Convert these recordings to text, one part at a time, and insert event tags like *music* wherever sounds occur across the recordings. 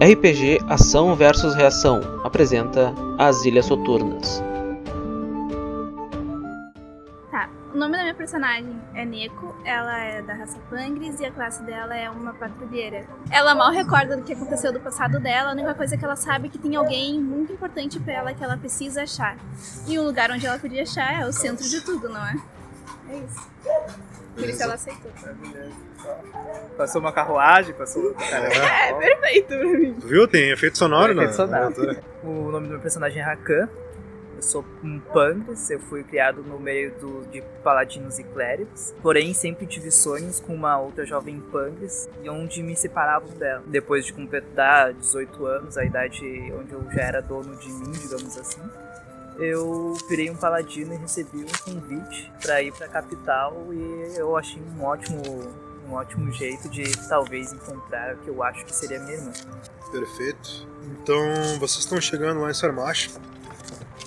RPG Ação versus Reação apresenta As Ilhas Soturnas. Tá, o nome da minha personagem é Neko, ela é da raça Pangris e a classe dela é uma patrulheira. Ela mal recorda do que aconteceu do passado dela, a única coisa que ela sabe é que tem alguém muito importante pra ela que ela precisa achar. E o lugar onde ela podia achar é o centro de tudo, não é? É isso. Por isso ela aceitou. Passou uma carruagem, passou. É, perfeito pra mim. Viu? Tem efeito sonoro, Tem né? efeito sonoro. abertura. O nome do meu personagem é Rakan. Eu sou um Pangris, eu fui criado no meio do- de paladinos e clérigos. Porém, sempre tive sonhos com uma outra jovem Pangris e onde me separavam dela. Depois de completar 18 anos, a idade onde eu já era dono de mim, digamos assim, eu virei um paladino e recebi um convite para ir para a capital e eu achei um ótimo, um ótimo jeito de talvez encontrar o que eu acho que seria minha irmã. Perfeito. Então, vocês estão chegando lá em Sarmacho.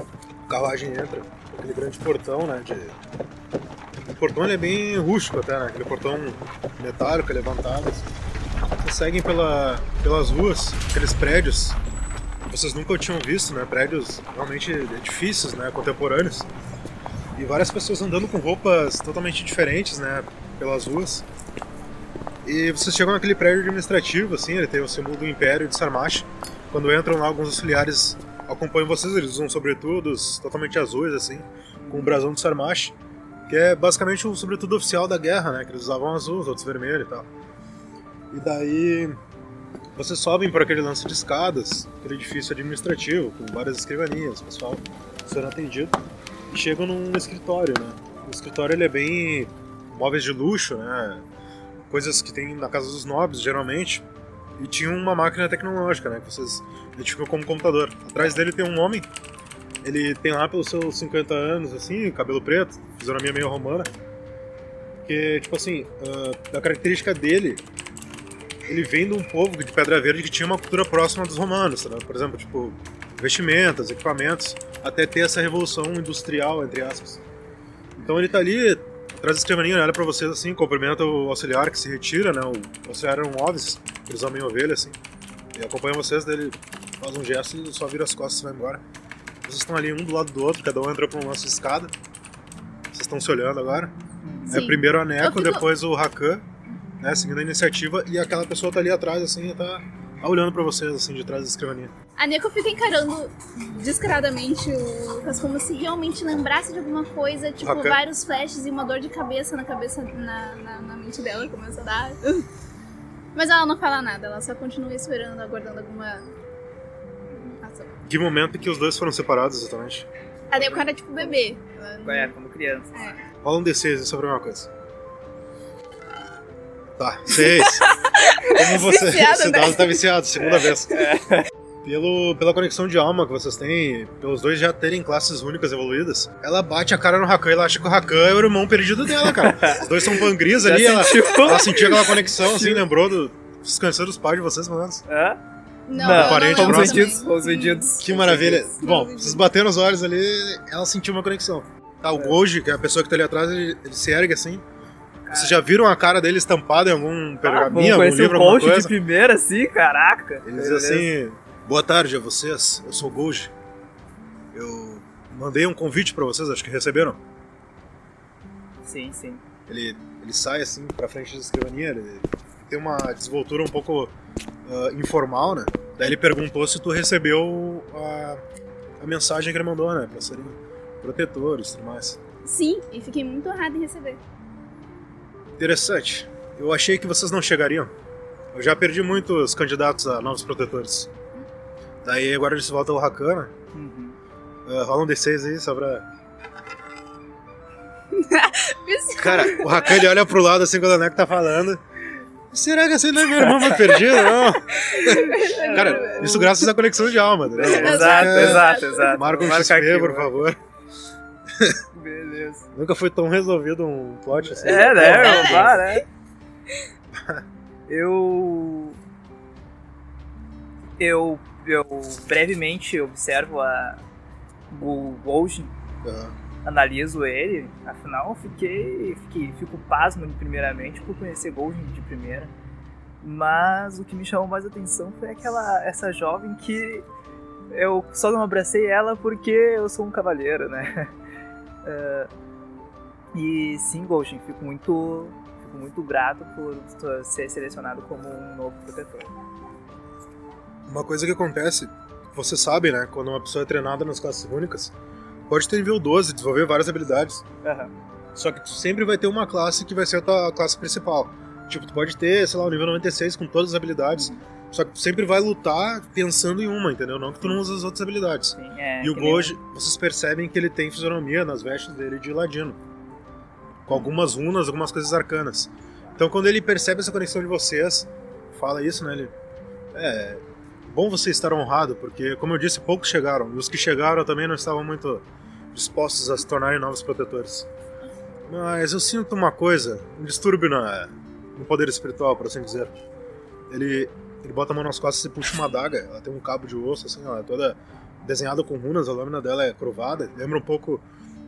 A carruagem entra. Aquele grande portão, né? De... O portão ele é bem rústico até, né? Aquele portão metálico, levantado. assim. Vocês seguem pela, pelas ruas, aqueles prédios. que Vocês nunca tinham visto, né? Prédios realmente edifícios, né? Contemporâneos. E várias pessoas andando com roupas totalmente diferentes, né? Pelas ruas. E vocês chegam naquele prédio administrativo, assim, ele tem o símbolo do Império de Sarmash. Quando entram lá, alguns auxiliares acompanham vocês, eles usam sobretudos totalmente azuis, assim, com o brasão de Sarmash, que é basicamente o sobretudo oficial da guerra, né? Que eles usavam azul, os outros vermelho e tal. E daí vocês sobem por aquele lance de escadas, aquele edifício administrativo, com várias escrivanias, o pessoal sendo atendido, e chegam num escritório, né? O escritório ele é bem móveis de luxo, né? coisas que tem na casa dos nobres, geralmente. E tinha uma máquina tecnológica, né? Que vocês identificam como computador. Atrás dele tem um homem. Ele tem lá pelos seus 50 anos, assim, cabelo preto, fisionomia meio romana. Que, tipo assim, ah, da característica dele, ele vem de um povo de Pedra Verde que tinha uma cultura próxima dos romanos, né? Por exemplo, tipo, vestimentas, equipamentos, até ter essa revolução industrial, entre aspas. Então ele tá ali Traz a escrivaninha, olha pra vocês assim, cumprimenta o auxiliar que se retira, né? O auxiliar é um ovis, eles amam ovelha, assim. E acompanha vocês, daí ele faz um gesto e só vira as costas e vai embora. Vocês estão ali um do lado do outro, cada um entra pra um lance de escada. Vocês estão se olhando agora. É Sim. primeiro a Eu Neko, fico- depois o Rakan, né? Seguindo a iniciativa, e aquela pessoa tá ali atrás, assim, tá, tá olhando pra vocês, assim, de trás da escrivaninha. A Neko fica encarando descaradamente o Lucas como se realmente lembrasse de alguma coisa, tipo Ok. vários flashes e uma dor de cabeça na cabeça, na, na, na mente dela começa a dar. *laughs* Mas ela não fala nada, ela só continua esperando, aguardando alguma ação. Que momento que os dois foram separados, exatamente? A Neko era tipo bebê. Ela não- É, como criança. Rola um D6 sobre uma coisa. Tá, seis. Como você. Viciado, esse né? dado tá viciado, segunda vez. Pelo, pela conexão de alma que vocês têm, pelos dois já terem classes únicas evoluídas, ela bate a cara no Rakan e ela acha que o Rakan é o irmão perdido dela, cara. Os dois são pangris ali, ela, ela sentiu aquela conexão, assim, lembrou do. Descansando os pais de vocês, mano. Hã? Não, Não, ela parente lembra Fomos próximo. próxima. também. vendidos, fomos vendidos. Que maravilha. Bom, Não, vocês bateram os olhos ali, ela sentiu uma conexão. Tá, o Goji, que é a pessoa que tá ali atrás, ele, ele se ergue assim. Vocês já viram a cara dele estampada em algum Ah, pergaminho, vamos algum conhecer um livro, o alguma coach coisa? de primeira, assim, caraca. Ele diz assim: Boa tarde a vocês, eu sou o Goji. Eu mandei um convite pra vocês, acho que receberam. Sim, sim. Ele, ele sai assim pra frente da escrivaninha, ele tem uma desvoltura um pouco ah, informal, né? Daí ele perguntou se tu recebeu a, a mensagem que ele mandou, né? Pra serem protetores e tudo mais. Sim, e fiquei muito honrada em receber. Interessante. Eu achei que vocês não chegariam. Eu já perdi muitos candidatos a novos protetores. Daí agora eles voltam ao Rakan, né? Uhum. Ah, rola um D6 aí só pra. Isso. Cara, o Rakan ele olha pro lado assim quando a Neko tá falando. Será que essa não é minha irmã mais perdida? Não. Cara, isso graças à conexão de alma, né? Exato, É, exato, exato. né? Marca um XP, por favor. favor. Beleza. Nunca foi tão resolvido um plot assim. É, né? É. meu, vá, né? *laughs* Eu. Eu. Eu brevemente observo a. O Gold, Ah, analiso ele, afinal eu fiquei, fiquei. Fico pasmo primeiramente por conhecer Gold de primeira. Mas o que me chamou mais atenção foi aquela essa jovem que eu só não abracei ela porque eu sou um cavalheiro, né? *laughs* Eh, e sim, Golshin, fico muito fico muito grato por tu- ser selecionado como um novo protetor. Uma coisa que acontece, vocês sabem, né? Quando uma pessoa é treinada nas classes únicas, pode ter nível 12, desenvolver várias habilidades. Aham. Só que tu sempre vai ter uma classe que vai ser a tua classe principal. Tipo, tu pode ter, sei lá, o nível 96 com todas as habilidades. Só que tu sempre vai lutar pensando em uma, entendeu? Não que tu não usa as outras habilidades. Sim, é, E o que nem- Goji, vocês percebem que ele tem fisionomia nas vestes dele de ladino. Com algumas runas, algumas coisas arcanas. Então quando ele percebe essa conexão de vocês, fala isso, né? Ele. É. Bom você estar honrado, porque, como eu disse, poucos chegaram. E os que chegaram também não estavam muito dispostos a se tornarem novos protetores. Mas eu sinto uma coisa, um distúrbio na, no poder espiritual, por assim dizer. Ele, ele bota a mão nas costas e puxa uma adaga. Ela tem um cabo de osso, assim, ela é toda desenhada com runas, a lâmina dela é curvada, lembra um pouco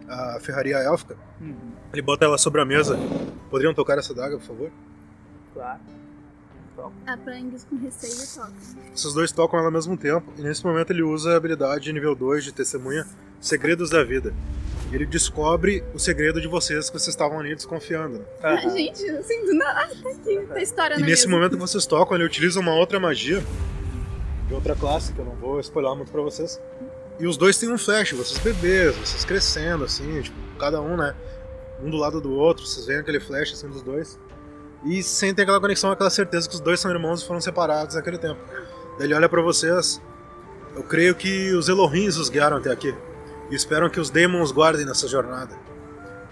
a ferraria élfica. Uhum, Ele bota ela sobre a mesa. Poderiam tocar essa daga, por favor? claro. Então, A Prangs com receio e toca. Esses dois tocam ela ao mesmo tempo, e nesse momento ele usa a habilidade nível 2 de testemunha, Segredos da Vida. E ele descobre o segredo de vocês que vocês estavam ali desconfiando. né? Ah, gente, assim, do nada. Ah, tá aqui, tá história E na nesse mesa. momento que vocês tocam, ele utiliza uma outra magia de outra classe, que eu não vou spoiler muito pra vocês. E os dois têm um flash, vocês bebês, vocês crescendo, assim, tipo, cada um, né? Um do lado do outro, vocês veem aquele flash assim dos dois. E sentem aquela conexão, aquela certeza que os dois são irmãos e foram separados naquele tempo. Daí ele olha pra vocês. Eu creio que os Elohims os guiaram até aqui. E esperam que os Demons guardem nessa jornada.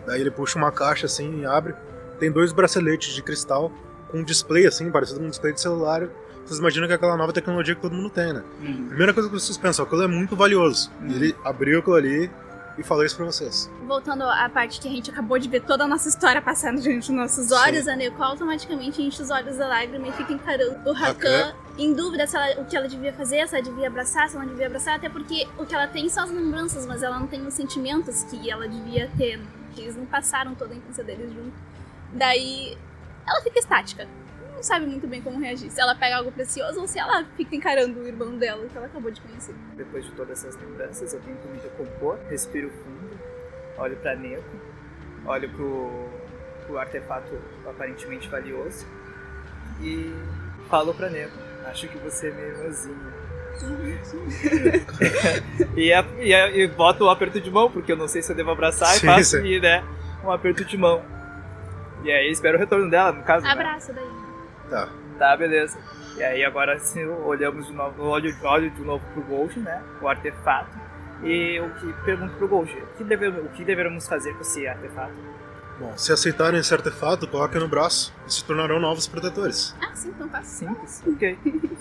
Daí ele puxa uma caixa assim e abre. Tem dois braceletes de cristal com um display assim, parecido com um display de celular. Vocês imaginam que é aquela nova tecnologia que todo mundo tem, né? uhum. Primeira coisa que vocês pensam, aquilo é muito valioso. Uhum. E ele abriu aquilo ali e falou isso pra vocês. Voltando à parte que a gente acabou de ver toda a nossa história passando diante dos nossos olhos, a Neko automaticamente enche os olhos da lágrima e fica encarando o Rakan Rakan. em dúvida se ela- o que ela devia fazer, se ela devia abraçar, se ela não devia abraçar, até porque o que ela tem são as lembranças, mas ela não tem os sentimentos que ela devia ter, que eles não passaram toda a infância deles junto. Daí ela fica estática, não sabe muito bem como reagir, se ela pega algo precioso ou se ela fica encarando o irmão dela que ela acabou de conhecer. Depois de todas essas lembranças, eu tento me recompor, respiro fundo, olho pra Neko, olho pro, pro artefato aparentemente valioso e falo pra Neko. Acho que você é meu irmãozinho. *laughs* E, a- e, a- e boto um aperto de mão, porque eu não sei se eu devo abraçar e Sim, faço sim. e, né, um aperto de mão. E aí espero o retorno dela, no caso. né? Abraça daí. Tá. Tá, beleza. E aí agora assim, olhamos de novo, olho, olho de novo pro Gold, né? O artefato. E eu que pergunto pro Gold, o que, deve, o que deveremos fazer com esse artefato? Bom, se aceitarem esse artefato, coloquem no braço e se tornarão novos protetores. Ah, sim, então passa. Simples. Ok.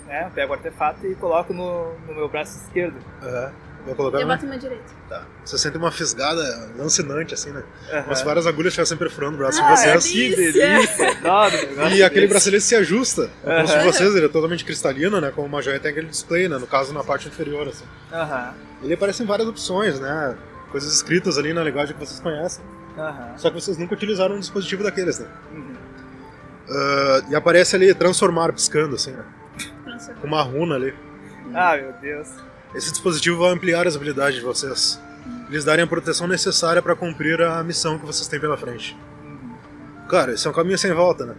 é, eu pego o artefato e coloco no, no meu braço esquerdo. É. Vou colocar Eu no... boto meu direito. Tá. Você sente uma fisgada lancinante, assim, né? Aham. Umas várias agulhas já sempre furando o braço Ah, de vocês. é Que delícia! Adoro o negócio E aquele desse. bracelete se ajusta. O pulso de Aham. vocês, ele é totalmente cristalino, né? Como uma joia tem aquele display, né? No caso, na parte inferior, assim. Aham. Ele aparece em várias opções, né? Coisas escritas ali na linguagem que vocês conhecem. Aham. Só que vocês nunca utilizaram um dispositivo daqueles, né? Uhum. Ah, e aparece ali transformar, piscando, assim, né? Transforma. *laughs* Com uma runa ali. Ah, meu Deus. Esse dispositivo vai ampliar as habilidades de vocês. Lhes darem a proteção necessária para cumprir a missão que vocês têm pela frente. Uhum. Cara, esse é um caminho sem volta, né?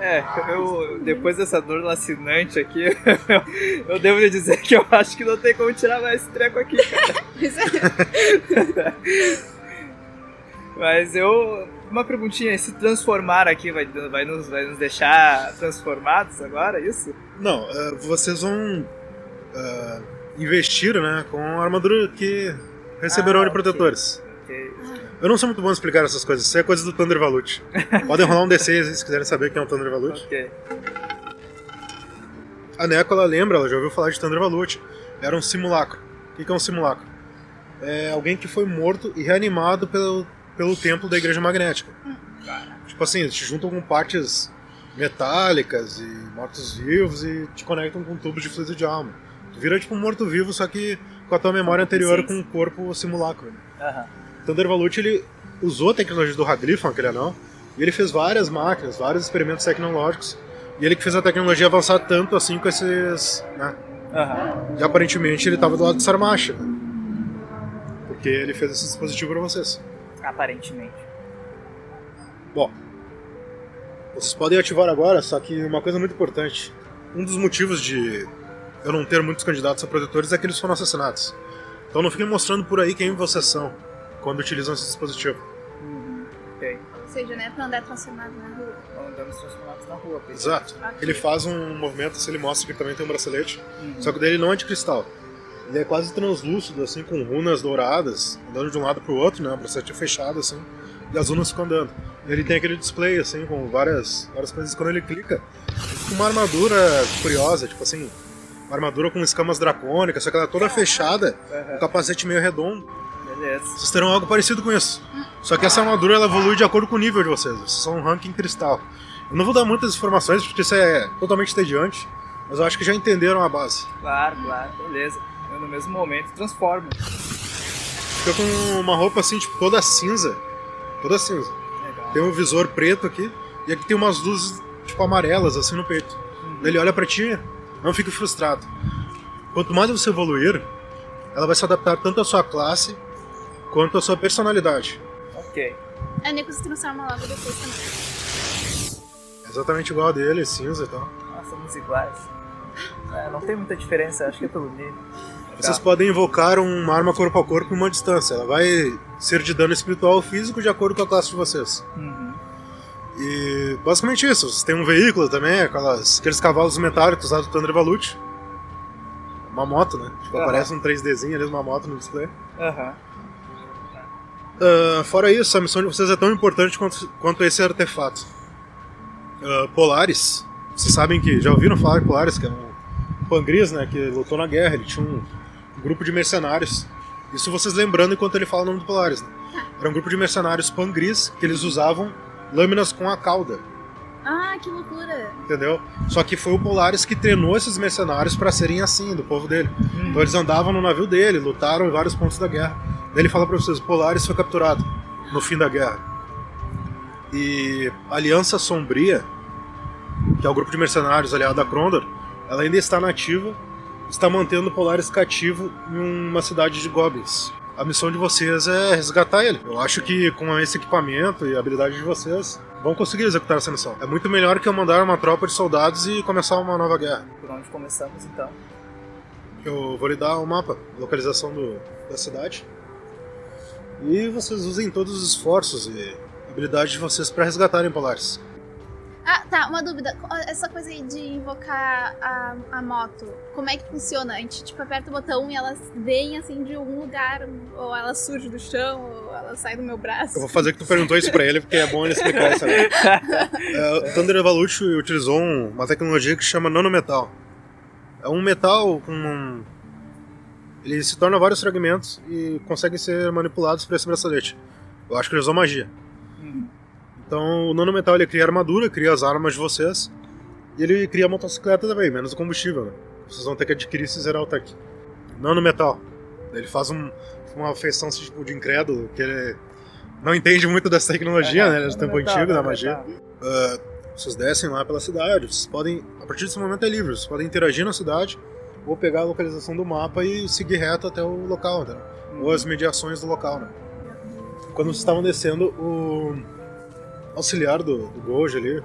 É, eu, depois dessa dor lacinante aqui, *laughs* eu, eu devo lhe dizer que eu acho que não tem como tirar mais esse treco aqui. Pois é. Mas eu. Uma perguntinha, esse transformar aqui vai, vai, nos, vai nos deixar transformados agora, é isso? Não, ah, vocês vão ah, investir, né? Com a armadura que receberam Ah, de ok. protetores. Porque- Eu não sou muito bom em explicar essas coisas, isso é coisa do Thunder *laughs* Valute. Podem rolar um D6 aí se quiserem saber quem é o Thunder Valute. Ok. A Neko, ela lembra, ela já ouviu falar de Thunder Valute. Era um simulacro. O que que é um simulacro? É alguém que foi morto e reanimado pelo, pelo templo da Igreja Magnética. Tipo assim, eles te juntam com partes metálicas e mortos-vivos e te conectam com tubos de fluido de alma. Tu vira tipo um morto-vivo, só que com a tua memória anterior com um corpo simulacro. né? Aham. Thunder Valut ele usou a tecnologia do Haglifon, aquele anão, e ele fez várias máquinas, vários experimentos tecnológicos E ele que fez a tecnologia avançar tanto assim com esses. né? Aham. E aparentemente ele tava do lado de Sarmacha. né? Porque ele fez esse dispositivo pra vocês. Aparentemente. Vocês podem ativar agora, só que uma coisa muito importante. Um dos motivos de eu não ter muitos candidatos a protetores é que eles foram assassinados. Então não fiquem mostrando por aí quem vocês são quando utilizam esse dispositivo. Uhum. Ok. Ou seja, né, pra andar transformado na rua. Então andamos transformados na rua. pessoal. Exato. Ok. Ele faz um movimento, assim, ele mostra que ele também tem um bracelete, Uhum. só que o dele não é de cristal. Ele é quase translúcido, assim, com runas douradas, andando de um lado pro outro, né? O bracelete é fechado, assim, e as runas ficam andando. Ele tem aquele display, assim, com várias, várias coisas. Quando ele clica, ele fica uma armadura curiosa, tipo assim, uma armadura com escamas dracônicas, só que ela é toda fechada, um Aham. capacete meio redondo. Beleza. Vocês terão algo parecido com isso. Só que essa armadura ela evolui de acordo com o nível de vocês. Vocês são um ranking cristal. Eu não vou dar muitas informações porque isso é totalmente entediante, mas eu acho que já entenderam a base. Claro, claro. Beleza. Eu no mesmo momento transformo. Fica com uma roupa assim, tipo, toda cinza. Toda cinza. Legal. Tem um visor preto aqui e aqui tem umas luzes tipo amarelas assim no peito. Uhum. Daí Ele olha pra ti, não fique frustrado. Quanto mais você evoluir, ela vai se adaptar tanto à sua classe quanto à sua personalidade. Ok. A Nico É, se transforma logo depois também. É Exatamente igual a dele, cinza e tal. Nós somos iguais. É, não tem muita diferença, acho que é pelo nível. Tá. Vocês podem invocar um, uma arma corpo a corpo em uma distância. Ela vai ser de dano espiritual ou físico de acordo com a classe de vocês. Uhum. E basicamente isso. Vocês têm um veículo também, aquelas, aqueles cavalos metálicos lá do Thunder Valut. Uma moto, né? Tipo, Aham. aparece um 3Dzinho ali, uma moto no display. Aham. Ah, fora isso, a missão de vocês é tão importante quanto, quanto esse artefato. Ah, Polaris, vocês sabem que já ouviram falar de Polaris, que é um pangris, né, que lutou na guerra, ele tinha um grupo de mercenários. Isso vocês lembrando enquanto ele fala o nome do Polaris, né? Era um grupo de mercenários pangris que eles usavam lâminas com a cauda, Ah, que loucura! entendeu? Só que foi o Polaris que treinou esses mercenários para serem assim, do povo dele. Então eles andavam no navio dele, lutaram em vários pontos da guerra. Daí ele fala pra vocês: Polaris foi capturado no fim da guerra. E a Aliança Sombria, que é o grupo de mercenários aliado a Krondor, ela ainda está nativa, está mantendo o Polaris cativo em uma cidade de goblins. A missão de vocês é resgatar ele. Eu acho que com esse equipamento e a habilidade de vocês, vão conseguir executar essa missão. É muito melhor que eu mandar uma tropa de soldados e começar uma nova guerra. Por onde começamos então? Eu vou lhe dar o mapa, localização do- da cidade. E vocês usem todos os esforços e habilidades de vocês para resgatarem Polaris. Ah, tá, uma dúvida. Co- Essa coisa aí de invocar a, a moto, como é que funciona? A gente, tipo, aperta o botão e ela vem, assim, de algum lugar, ou ela surge do chão, ou ela sai do meu braço. Eu vou fazer que tu perguntou isso pra ele, porque é bom ele explicar isso. Né? É, o Thunder Evolution utilizou um- uma tecnologia que chama nanometal. É um metal com. um- Ele se torna vários fragmentos e conseguem ser manipulados por esse bracelete. Eu acho que ele usou magia. Uhum. Então o nanometal ele cria armadura, cria as armas de vocês. E ele cria a motocicleta também, menos o combustível. Né? Vocês vão ter que adquirir esse zerar o tanque. Nanometal. Ele faz um- uma feição assim, tipo, de incrédulo, que ele não entende muito dessa tecnologia, né? Ele é do tempo Fundamental, antigo da magia. fundamental. Ah, vocês descem lá pela cidade, vocês podem, a partir desse momento é livre, vocês podem interagir na cidade ou pegar a localização do mapa e seguir reto até o local, né? ou as mediações do local. Né? Quando vocês estavam descendo, o auxiliar do, do Gojo ali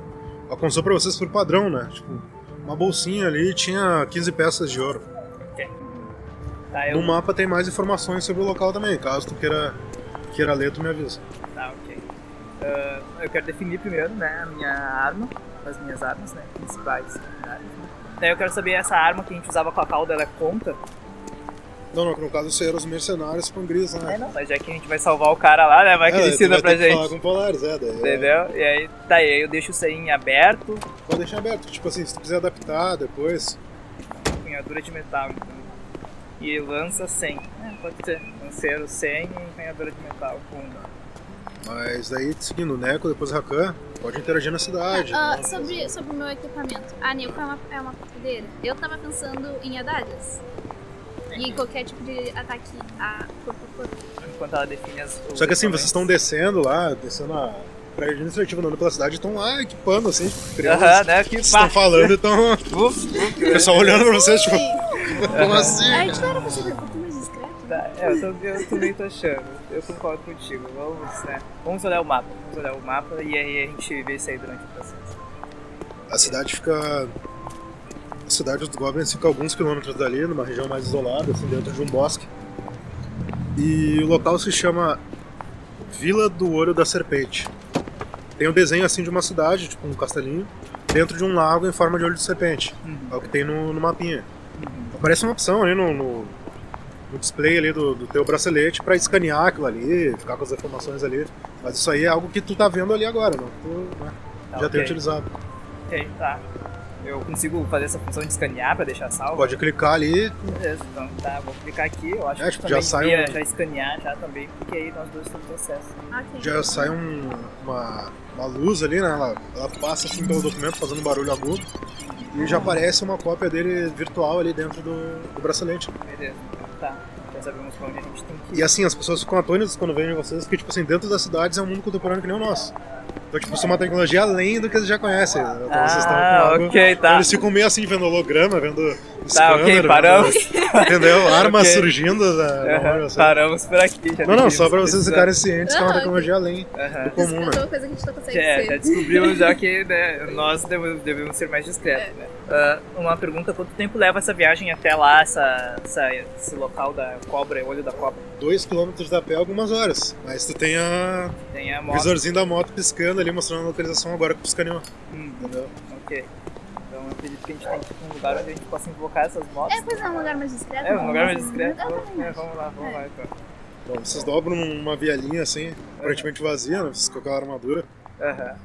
alcançou pra vocês por padrão, né? Tipo, uma bolsinha ali tinha 15 peças de ouro. Tá, eu... No mapa tem mais informações sobre o local também, caso tu queira, queira ler, tu me avisa. Tá, ok. Ah, eu quero definir primeiro, né, a minha arma, as minhas armas, né, principais. Daí eu quero saber essa arma que a gente usava com a cauda, ela é conta? Não, não, no caso, você era os mercenários com gris, né? É, É, não. Mas já que a gente vai salvar o cara lá, né, vai que ele tu ensina vai pra ter que Falar gente. com Polaris, é, daí, é. Entendeu? E aí, tá aí, eu deixo isso aí em aberto, Pode deixar aberto, tipo assim, se tu quiser adaptar depois. empunhadura de metal, então. E lança 100. É, pode ser. Lanceiro 100 e empunhadura de metal com... Mas daí, seguindo o Neco, depois o Rakan, pode interagir na cidade. Ah, né? sobre, sobre o meu equipamento, a Nico é uma, é uma patrulheira. Eu tava pensando em adagas. E qualquer tipo de ataque a corpo a corpo. Enquanto ela define as... assim, Só que assim, vocês estão descendo lá, descendo a, prédio administrativo andando pela cidade estão lá equipando, assim, tipo, crianças. Aham, né? Que Vocês pá. estão *laughs* falando, então o Uf, uf, pessoal olhando pra vocês, tipo, *laughs* como assim? A gente não era pra ser um pouco mais discreto? Tá, é, eu, tô- eu também tô achando. Eu concordo contigo. Vamos, né? Vamos olhar o mapa. Vamos olhar o mapa e aí a gente vê isso aí durante o processo. A cidade fica. A cidade dos Goblins fica alguns quilômetros dali, numa região mais isolada, assim, dentro de um bosque. E o local se chama Vila do Olho da Serpente. Tem um desenho assim de uma cidade, tipo um castelinho, dentro de um lago em forma de olho de serpente. Uhum. É o que tem no, no mapinha. Aparece uma opção ali no, no, no display ali do, do teu bracelete pra escanear aquilo ali, ficar com as informações ali. Mas isso aí é algo que tu tá vendo ali agora, não? Tu, né, Tá, já tem ok. utilizado. Ok, tá. Eu consigo fazer essa função de escanear pra deixar salvo? Pode clicar ali, Beleza, então tá, vou clicar aqui, eu acho É, que tipo, também já sai devia um- já escanear já também, porque aí nós dois temos acesso. Ok. já sai um- uma, uma luz ali, né? Ela, ela passa assim pelo documento fazendo um barulho agudo e já aparece uma cópia dele virtual ali dentro do, do bracelete. Beleza, então tá. Já sabemos pra onde a gente tem que ir. E assim, as pessoas ficam atônitas quando veem vocês, porque tipo assim, dentro das cidades é um mundo contemporâneo que nem o nosso. Então, tipo, isso é uma tecnologia além do que eles já conhecem. né? Então, vocês estão com ah, algo- ok, tá. Eles ficam meio assim vendo holograma, vendo Tá, scanner, ok, vendo- paramos. *laughs* entendeu? Armas Ok. surgindo da... da Aham, tá. mão de vocês. paramos por aqui. Já Não, não, definimos só pra o vocês precisar. ficarem cientes que é uma Aham, tecnologia além Aham. do comum, né? Isso é uma coisa que a gente não consegue É, já ser. descobrimos já que *laughs* né, nós devemos, devemos ser mais discretos, É. né? Ah, uma pergunta, quanto tempo leva essa viagem até lá, essa, essa- esse local da cobra, olho da cobra? 2 km a pé algumas horas. Mas tu tem a Tem a o moto, visorzinho da moto piscando ali, mostrando a localização agora que piscaneou. Hum, Entendeu? ok. Então eu acredito que a gente tem que ir pra um lugar onde a gente possa invocar essas motos. É, pois é, um lugar mais discreto. É, um lugar mais Nossa, discreto. eu também É, acho. vamos lá, vamos lá então. Bom, vocês dobram uma vielinha assim, aparentemente vazia, né? Vocês colocaram a armadura. Aham.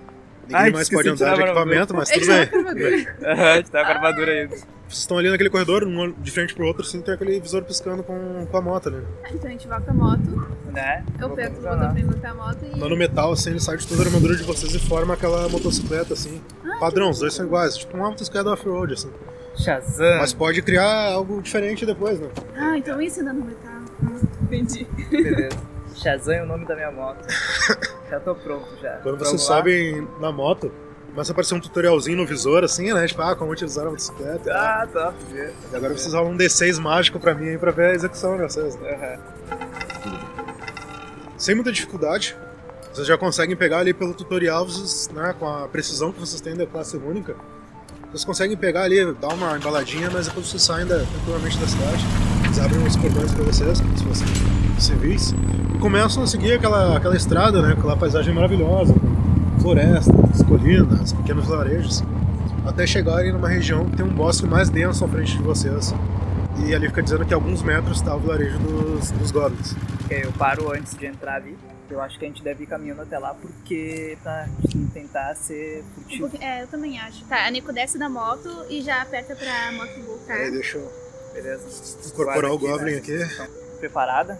Ninguém Ai, mais esqueci pode de tirar andar de a armadura. equipamento, mas É tudo que é bem. uma curvatura. Aham, a gente tá com a armadura ainda. Vocês estão ali naquele corredor, um de frente pro outro, assim, tem aquele visor piscando com, com a moto né? ali. Então a gente volta a moto, Né? eu pego os Vamos lá. botões da moto Lá e. no metal, assim, ele sai de toda a armadura de vocês e forma aquela motocicleta, assim. Padrão, os dois são iguais, tipo uma motocicleta off-road, assim. Shazam. Mas pode criar algo diferente depois, né? Ah, então isso ainda não vai estar. Entendi. Beleza. Shazam é o nome da minha moto. já tô pronto já. Quando Vamos vocês lá? sobem na moto, começa a aparecer um tutorialzinho no visor, assim, né? Tipo, ah, como utilizar a motocicleta. e tal. Ah, top. E agora vocês rolam um D6 mágico pra mim aí pra ver a execução de vocês. né? Aham. Sem muita dificuldade, vocês já conseguem pegar ali pelo tutorial, vocês, né, com a precisão que vocês têm da classe única, vocês conseguem pegar ali, dar uma embaladinha, mas depois vocês saem da, tranquilamente da cidade, eles abrem os portões pra vocês, se vocês civis, e começam a seguir aquela, aquela estrada, né, aquela paisagem maravilhosa, com florestas, colinas, pequenos vilarejos, até chegarem numa região que tem um bosque mais denso à frente de vocês, e ali fica dizendo que a alguns metros está o vilarejo dos, dos goblins. Ok, eu paro antes de entrar ali. Eu acho que a gente deve ir caminhando até lá porque pra tentar ser furtivo. É, eu também acho. Tá, a Nico desce da moto e já aperta pra moto voltar. Aí deixa eu Beleza. incorporar Guarda o Goblin né? aqui. Então, preparada?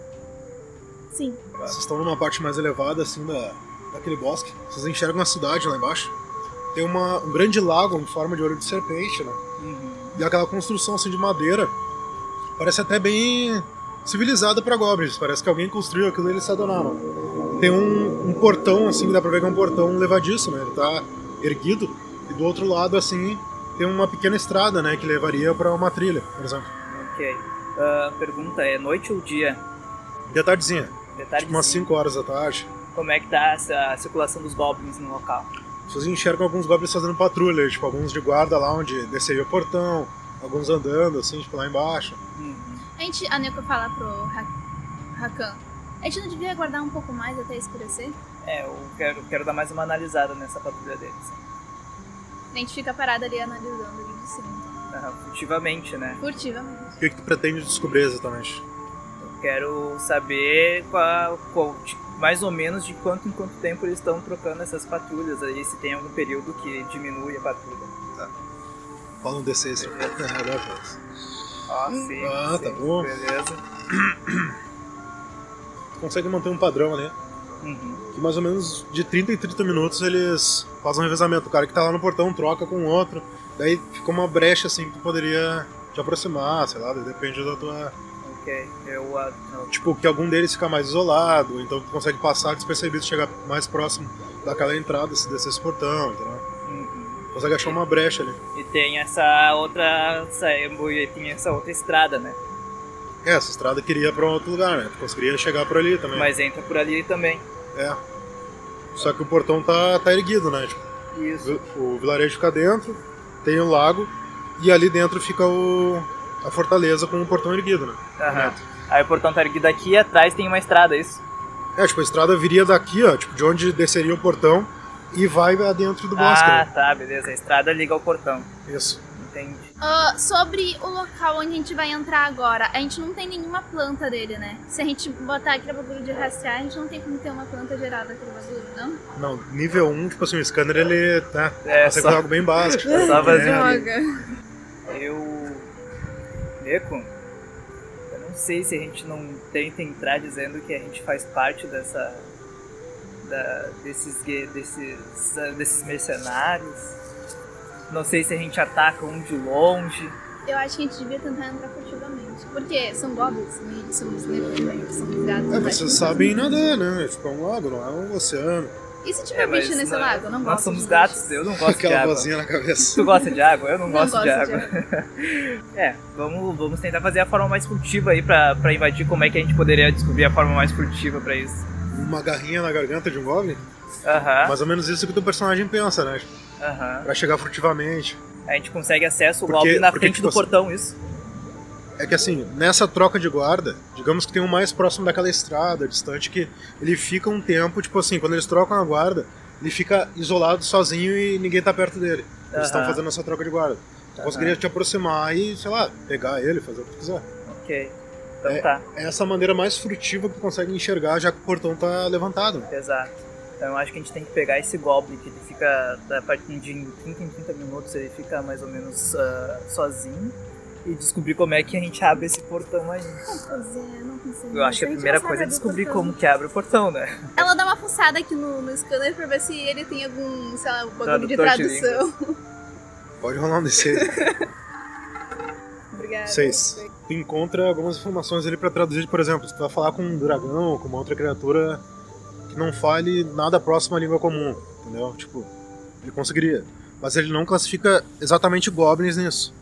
Sim. Vocês estão numa parte mais elevada, assim, da, daquele bosque. Vocês enxergam a cidade lá embaixo. Tem uma, um grande lago em forma de olho de serpente, né? Uhum. E aquela construção, assim, de madeira. Parece até bem civilizada para goblins. Parece que alguém construiu aquilo e eles se adonaram. Tem um, um portão, assim, que dá pra ver que é um portão levadiço, né? Ele tá erguido. E do outro lado, assim, tem uma pequena estrada, né? Que levaria para uma trilha, por exemplo. Ok. Ah, pergunta é noite ou dia? De tardezinha, Detalhe tipo umas 5 horas da tarde. Como é que tá essa- a circulação dos goblins no local? Vocês enxergam alguns goblins fazendo patrulha, tipo, alguns de guarda lá onde desceria o portão, alguns andando, assim, tipo, lá embaixo. Uhum. A gente, a Nico fala pro Ha- Hakan. A gente não devia aguardar um pouco mais até escurecer? É, eu quero, quero dar mais uma analisada nessa patrulha deles. A gente fica parada ali analisando ali de cima. Aham, Ah, furtivamente, né? Furtivamente. O que, que tu pretende descobrir exatamente? Eu quero saber qual, qual- de- mais ou menos de quanto em quanto tempo eles estão trocando essas patrulhas aí, se tem algum período que diminui a patrulha. Fala um D6 aí. *laughs* Dá pra ver. Ó, sim. Ah, sim, tá bom. Beleza. Tu Consegue manter um padrão ali, Uhum. que mais ou menos de 30 em 30 minutos eles fazem um revezamento. O cara que tá lá no portão troca com o outro, daí fica uma brecha, assim, que tu poderia te aproximar, sei lá, daí depende da tua... Ok. Eu, ah, eu- Tipo, que algum deles fica mais isolado, então tu consegue passar despercebido, chegar mais próximo daquela entrada, se descer esse portão, entendeu? Uhum. Consegue achar uma brecha ali. E tem essa outra. Essa, e tem essa outra estrada, né? É, essa estrada queria ir pra outro lugar, né? Tu conseguiria chegar por ali também. Mas entra por ali também. É. Só que o portão tá, tá erguido, né? Tipo, Isso. o vilarejo fica dentro, tem o lago, e ali dentro fica o, a fortaleza com o portão erguido, né? Aham. Aí o portão tá erguido aqui e atrás tem uma estrada, isso? É, tipo, a estrada viria daqui, ó, tipo, de onde desceria o portão e vai dentro do bosque. ah, né? tá, beleza. A estrada liga ao portão. Isso. Entendi. Ah, sobre o local onde a gente vai entrar agora, a gente não tem nenhuma planta dele, né? Se a gente botar aquele bagulho de rastrear, a gente não tem como ter uma planta gerada aquele bagulho, não? Não, nível 1, tipo assim, o scanner ele tá. É, Consegue fazer só, É algo bem *laughs* básico. É, só fazer. Droga. Eu. Neko? Eu não sei se a gente não tenta entrar dizendo que a gente faz parte dessa. Da, desses, gue- desses. ah, desses mercenários. Não sei se a gente ataca um de longe. Eu acho que a gente devia tentar entrar furtivamente. Porque são goblins, né? somos negros, somos um gatos. né? É, mas- vocês sabem nadar, né? Tipo, é um lago, não é um oceano. E se É, tiver mas bicho nesse nós- lago? Eu não Nós gosto somos de gatos, bichos. eu não gosto de Aquela água. vozinha na cabeça. Tu gosta de água? Eu não, Não gosto, de água. água. *laughs* É, vamos, vamos tentar fazer a forma mais furtiva aí pra, pra invadir como é que a gente poderia descobrir a forma mais furtiva pra isso. Uma garrinha na garganta de um goblin? Aham, Mais ou menos isso que o teu personagem pensa, né? Tipo, aham. Pra chegar furtivamente. A gente consegue acesso Porque- logo na porque, frente tipo do assim, portão, isso. É que assim, nessa troca de guarda, digamos que tem um mais próximo daquela estrada, distante, que ele fica um tempo, tipo assim, quando eles trocam a guarda, ele fica isolado sozinho e ninguém tá perto dele. Eles estão Aham. fazendo essa troca de guarda. Tu Aham. conseguiria te aproximar e, sei lá, pegar ele, fazer o que tu quiser. Ok. Então É. tá, É essa a maneira mais furtiva que tu consegue enxergar, já que o portão tá levantado. né? exato. Então eu acho que a gente tem que pegar esse Goblin, que ele fica, a partir de 30 em 30 minutos, ele fica mais ou menos ah, sozinho. E descobrir como é que a gente abre esse portão aí. Pois é, eu não pensei Eu acho que nisso. a gente primeira não coisa é sabe descobrir abrir o como que abre o portão, né? portão. Ela dá uma fuçada aqui no, no scanner pra ver se ele tem algum, sei lá, um bagulho de Tradutor de tradução. Pode rolar um DC. *laughs* Obrigada. Seis. Tu encontra algumas informações ali pra traduzir, por exemplo, se tu vai falar com um dragão ou com uma outra criatura que não fale nada próximo à língua comum, entendeu? Tipo, ele conseguiria. Mas ele não classifica exatamente goblins nisso.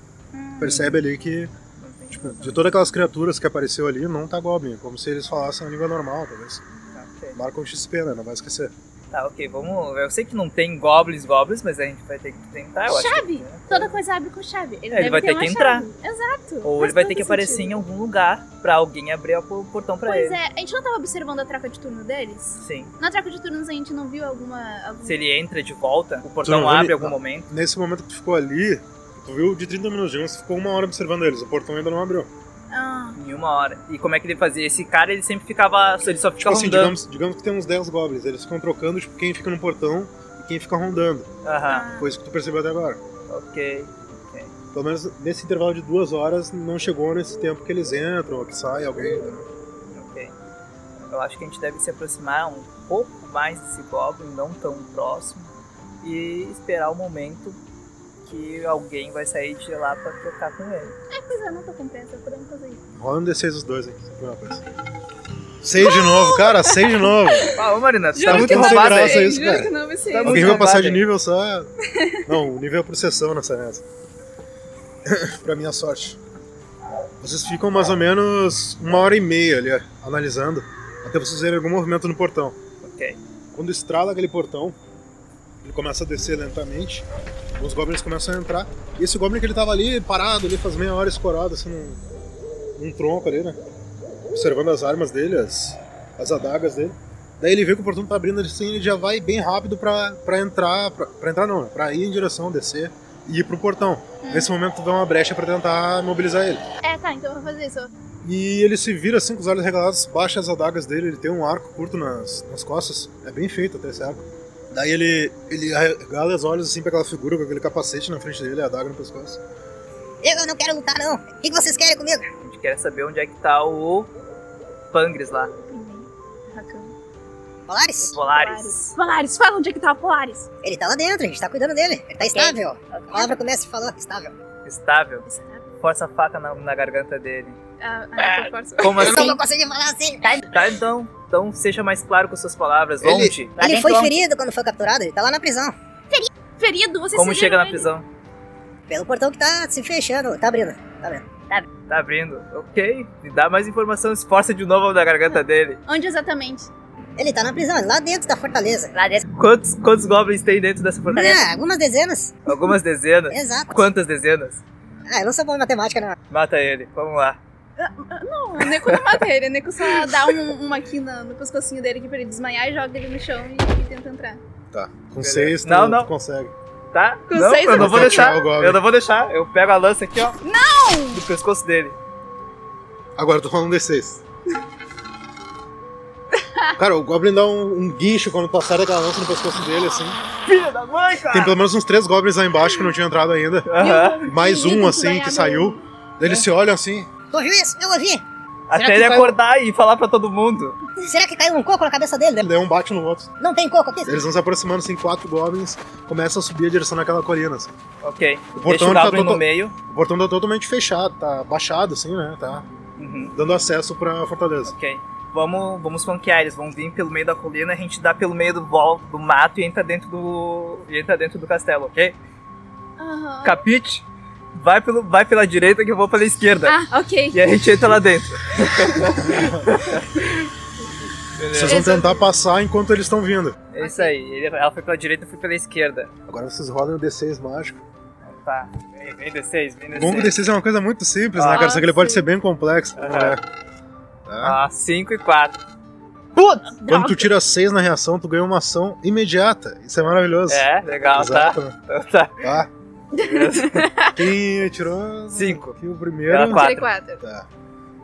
Percebe ali que, Não tem tipo, de todas aquelas criaturas que apareceu ali, não tá goblin. É como se eles falassem a língua normal, talvez. Tá, ok. Marca um XP, né? Não vai esquecer. Tá, ok, vamos. Eu sei que não tem goblins, goblins, mas a gente vai ter que tentar, eu acho. Chave! que- né? Toda coisa abre com chave. Ele, É, deve ele vai ter uma que chave. entrar. Exato. Ou Faz ele vai todo ter que aparecer sentido. em algum lugar pra alguém abrir o portão pra Pois ele. é, a gente não tava observando a troca de turno deles? Sim. Na troca de turnos a gente não viu alguma. algum- Se ele entra de volta, o não portão vai- abre em algum não. momento. Nesse momento que tu ficou ali, tu viu de 30 minutos, digamos, tu ficou uma hora observando eles. O portão ainda não abriu. Ah, Em uma hora. E como é que ele fazia? Esse cara, ele sempre ficava. Ele só Tipo ficava assim, rondando. digamos, digamos que tem uns 10 goblins, eles ficam trocando, tipo, quem fica no portão e quem fica rondando. Aham, ah. Foi isso que tu percebeu até agora. ok. Pelo menos nesse intervalo de duas horas, não chegou nesse tempo que eles entram, ou que sai alguém. né? Ok. Eu acho que a gente deve se aproximar um pouco mais desse Goblin, não tão próximo, e esperar o momento que alguém vai sair de lá pra trocar com ele. É, pois é, não tô com pressa, podemos fazer isso. Rola um D6 os dois aqui, só pra uma coisa. Seis de novo, cara, seis de novo. Ah, ô Marina, tu tá Juro muito que não roubada sei, aí. isso, Juro cara. que não, vai ser Tá isso. bom. Alguém vai passar roubado, de hein? *laughs* nível só. Não, o nível é por sessão nessa *coughs* mesa. pra minha sorte. Vocês ficam mais ou menos uma hora e meia ali, ó, analisando, até vocês verem algum movimento no portão. Ok. Quando estrala aquele portão, ele começa a descer lentamente. Os goblins começam a entrar. E esse goblin que ele tava ali parado, ali faz meia hora escorado, assim, num, num tronco ali, né? Observando as armas dele, as, as adagas dele. Daí ele vê que o portão tá abrindo assim, ele já vai bem rápido pra, pra entrar. Pra, pra entrar não, né? pra ir em direção, descer e ir pro portão. Nesse momento tu dá uma brecha pra tentar mobilizar ele. É, tá, então eu vou fazer isso. E ele se vira assim com os olhos regalados, baixa as adagas dele, ele tem um arco curto nas, nas costas. É bem feito até esse arco. Daí ele, ele regala os olhos assim pra aquela figura com aquele capacete na frente dele, a adaga no pescoço. Eu não quero lutar, não. O que que vocês querem comigo? A gente quer saber onde é que tá o Pangris lá. Primeiro, Rakan. Polaris? Polaris. Polaris, fala onde é que tá o Polaris. Ele tá lá dentro, a gente tá cuidando dele. Ele tá estável. A palavra que o mestre falou, estável. Estável. Força a faca na, na garganta dele. Ah, ah, eu forço. Como Eu não assim? vou conseguir falar assim. tá então. Então seja mais claro com suas palavras. Ele- Onde? Lá ele dentro foi do- ferido quando foi capturado, ele tá lá na prisão. Ferido, vocês Como seguiram chega na ele? prisão? Pelo portão que tá se fechando. Tá abrindo, tá abrindo. Tá abrindo. Ok. Me dá mais informação. Esforça de novo na garganta dele. Onde exatamente? Ele tá na prisão, lá dentro da fortaleza. Lá dentro. Quantos, quantos goblins tem dentro dessa fortaleza? Ah, algumas dezenas. Algumas dezenas? Exato. Quantas dezenas? Ah, eu não sou bom em matemática, não. Mata ele. Vamos lá. Não, o Neko não mata ele, o Neko só dá um, uma aqui no, no pescocinho dele aqui pra ele desmaiar e joga ele no chão e, e tenta entrar. Tá. Com seis, tu, Não, não. tu consegue. Tá? Com não, seis eu não eu vou consigo. deixar. Tchau, Goblin. Eu não vou deixar. Eu pego a lança aqui, ó. Não! Do pescoço dele. Agora eu tô falando um D6. Cara, o Goblin dá um, um guincho quando passar daquela lança no pescoço dele, assim. Filha da mãe, cara! Tem pelo menos uns três Goblins lá embaixo que não tinha entrado ainda. Aham. Mais Querido, um, assim, ganhar que saiu. Eles se olham assim. Tu ouviu isso? Eu ouvi. Até que ele vai- acordar e falar pra todo mundo. Será que caiu um coco na cabeça dele? né? Daí um bate no outro. Não tem coco aqui? Eles vão se aproximando, assim, quatro Goblins. Começam a subir a direção daquela colina, assim. Ok. O Deixa o tá Goblin no tota- meio. o portão tá totalmente fechado, tá baixado, assim, né? Tá Uhum. dando acesso pra fortaleza. Ok. Vamos, vamos flanquear, eles vão vir pelo meio da colina, a gente dá pelo meio do, vol- do mato e entra dentro do. e entra dentro do castelo, ok? Aham. Capite? Vai, pelo, vai pela direita que eu vou pela esquerda. Ah, ok. E a gente entra lá dentro. Beleza. Vocês vão Esse- tentar passar enquanto eles estão vindo. É isso aí. Ele- ela foi pela direita, eu fui pela esquerda. Agora vocês rodem o D6 mágico. Tá. Vem, vem D6, vem O D6. Gongo D6 é uma coisa muito simples, né, Ah, cara? Só que ele pode sim. ser bem complexo. Aham. né? Tá? Ah, 5 e 4. Quando tu tira 6 na reação, tu ganha uma ação imediata. Isso é maravilhoso. É, legal, tá? Exato, né? Então tá. *laughs* Tá. Beleza. Quem tirou? Cinco. Aqui o Era primeiro. quatro. Tirei quatro. Tá.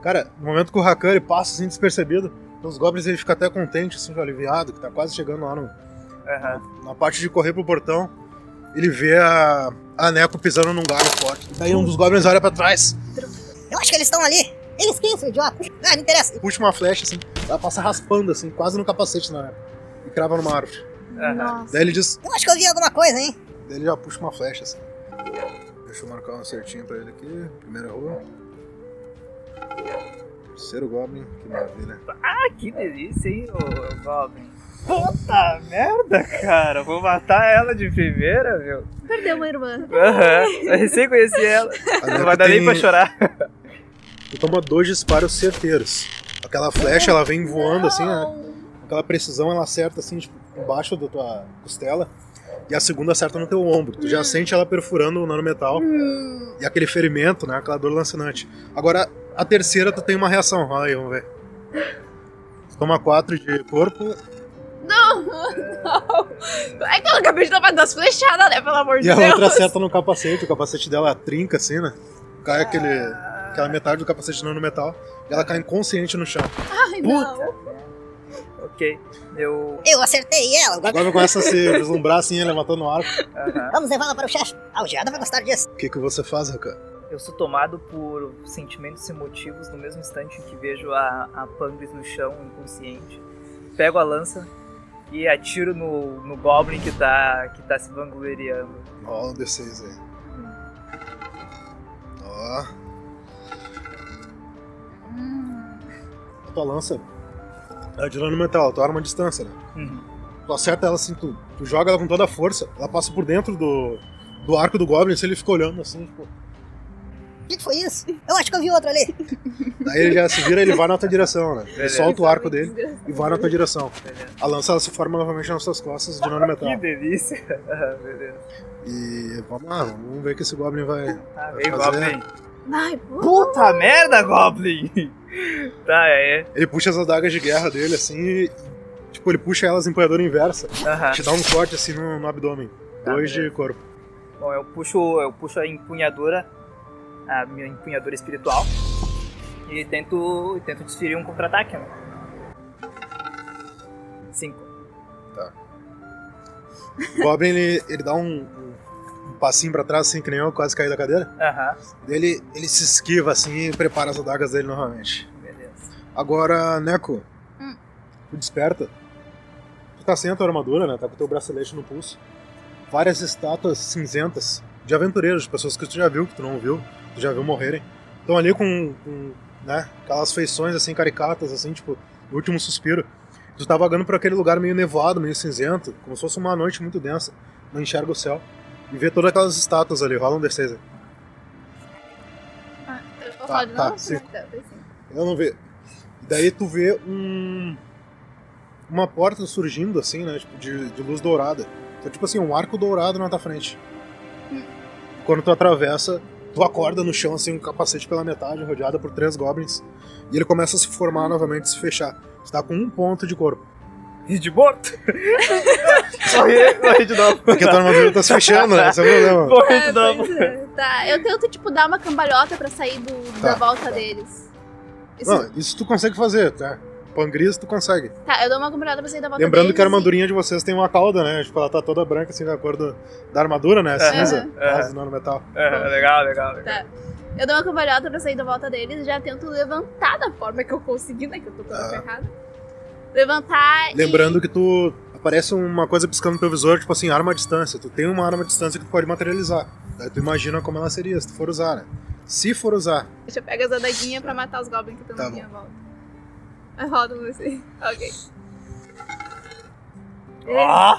Cara, no momento que o Rakan ele passa assim despercebido, os goblins ele fica até contente, assim, aliviado, que tá quase chegando lá no, Aham. na parte de correr pro portão, ele vê a, a Neko pisando num galho forte. Daí um dos goblins olha pra trás, Eu acho que eles estão ali. Eles quem, seu idiota? Ah, não interessa. puxa uma flecha assim, ela passa raspando assim, quase no capacete na Neko, e crava numa árvore. Aham. Daí ele diz, Eu acho que eu vi alguma coisa, hein? daí ele já puxa uma flecha assim. Deixa eu marcar um certinho pra ele aqui, primeira rua. Terceiro goblin, que maravilha. né? Ah, que delícia, hein, ô, ô Goblin. Puta merda, cara. Vou matar ela de primeira, meu. Perdeu uma irmã. Aham. Eu recém conheci ela. *laughs* A Não vai Neko dar nem é tem- pra chorar. Tu toma dois disparos certeiros. Aquela flecha, ela vem voando assim, né? Com Aquela precisão, ela acerta assim, tipo, embaixo da tua costela. E a segunda acerta no teu ombro. Hum. Tu já sente ela perfurando o nanometal. Hum, E aquele ferimento, né? Aquela dor lancinante. Agora, a terceira, tu tem uma reação. Olha aí, vamos ver. Tu toma quatro de corpo. não, *laughs* não. É que ela acabei de tomar duas flechadas, né? Pelo amor E de a Deus. outra acerta no capacete. O capacete dela trinca assim, né? Cai aquele, aquela metade do capacete é no nanometal. E ela cai inconsciente no chão. Ai, não. Ok. Eu. Eu acertei ela. Agora Agora começa a se deslumbrar assim, levantando o arco. Aham. vamos levá-la para o chefe. A algeada vai gostar disso. O que, que você faz, Rakan? Eu sou tomado por sentimentos e motivos no mesmo instante em que vejo a, a Pangris no chão, inconsciente. Pego a lança e atiro no, no Goblin que tá, que tá se vangloriando. Ó, o D6 aí. Ó. A tua lança. É de dano metal, tu arma à distância, né? Uhum. Tu acerta ela assim, tu, tu joga ela com toda a força, ela passa por dentro do, do arco do Goblin, assim, ele fica olhando assim, tipo. O que que foi isso? Eu acho que eu vi outro ali. Daí ele já se vira ele vai na tua direção, né? Ele Beleza. solta o arco dele Desgraçado. e vai na tua direção. Beleza. A lança ela se forma novamente nas suas costas de dano Que metal. delícia. *laughs* Aham, Beleza. E vamos lá, vamos ver o que esse Goblin vai. Tá, Vai vem, fazer- Goblin. Ai, pô. Puta merda, Goblin! *laughs* tá, é. Ele puxa as adagas de guerra dele assim e. Tipo, ele puxa elas em empunhadora inversa. Aham. Te dá um corte assim no, no abdômen. Ah. Tá, Dois de beleza. corpo. Bom, eu puxo, eu puxo a empunhadora, a minha empunhadora espiritual, e tento, e tento desferir um contra-ataque. Né? Cinco. O Goblin, ele, ele dá um, um- um passinho pra trás, assim, que nem eu, quase caí da cadeira. Aham, Daí Ele, ele se esquiva, assim, e prepara as adagas dele novamente. beleza. Agora, Neko, Hum. tu desperta. Tu tá sem a tua armadura, né? Tá com o teu bracelete no pulso. Várias estátuas cinzentas de aventureiros, de pessoas que tu já viu, que tu não viu, tu já viu morrerem. Estão ali com, com, né, aquelas feições, assim, caricatas, assim, tipo, no último suspiro. Tu tá vagando por aquele lugar meio nevoado, meio cinzento, como se fosse uma noite muito densa. Não enxerga o céu. E vê todas aquelas estátuas ali, rola um D6 aí. Eu vou Tá, falar de tá, novo? sim. Tá, foi sim. Eu não vê. E daí tu vê um. Uma porta surgindo assim, né? Tipo, de, de luz dourada. Então, tipo assim, um arco dourado na tua frente. Quando tu atravessa, tu acorda no chão, assim, um capacete pela metade, rodeado por três goblins. E ele começa a se formar novamente, se fechar. Tu tá com um ponto de corpo. E de morto? Morri, morri de novo. Porque a tua armadura tá se fechando, né? Esse é o problema. Morri de É, novo. pois é. Tá, eu tento, tipo, dar uma cambalhota pra sair do, da Tá. volta deles. Isso- Não, isso tu consegue fazer, tá? Pangris tu consegue. Tá, eu dou uma cambalhota pra sair da volta Lembrando deles. que a armadurinha de vocês tem uma cauda, né? Tipo, ela tá toda branca, assim, da cor do- da armadura, né? É. Cinza, É. quase não no metal. É, legal, legal, legal. Tá. Eu dou uma cambalhota pra sair da volta deles e já tento levantar da forma que eu consegui, né? Que eu tô toda Tá. ferrada. Levantar Lembrando que tu... Aparece uma coisa piscando no teu visor, tipo assim, arma à distância. Tu tem uma arma à distância que tu pode materializar. Daí tu imagina como ela seria, se tu for usar, né? Se for usar, e... Deixa eu pegar as adaguinhas pra matar os goblins que estão Tá na bom. minha volta. Aí roda um assim. Ok. É, É. Ó,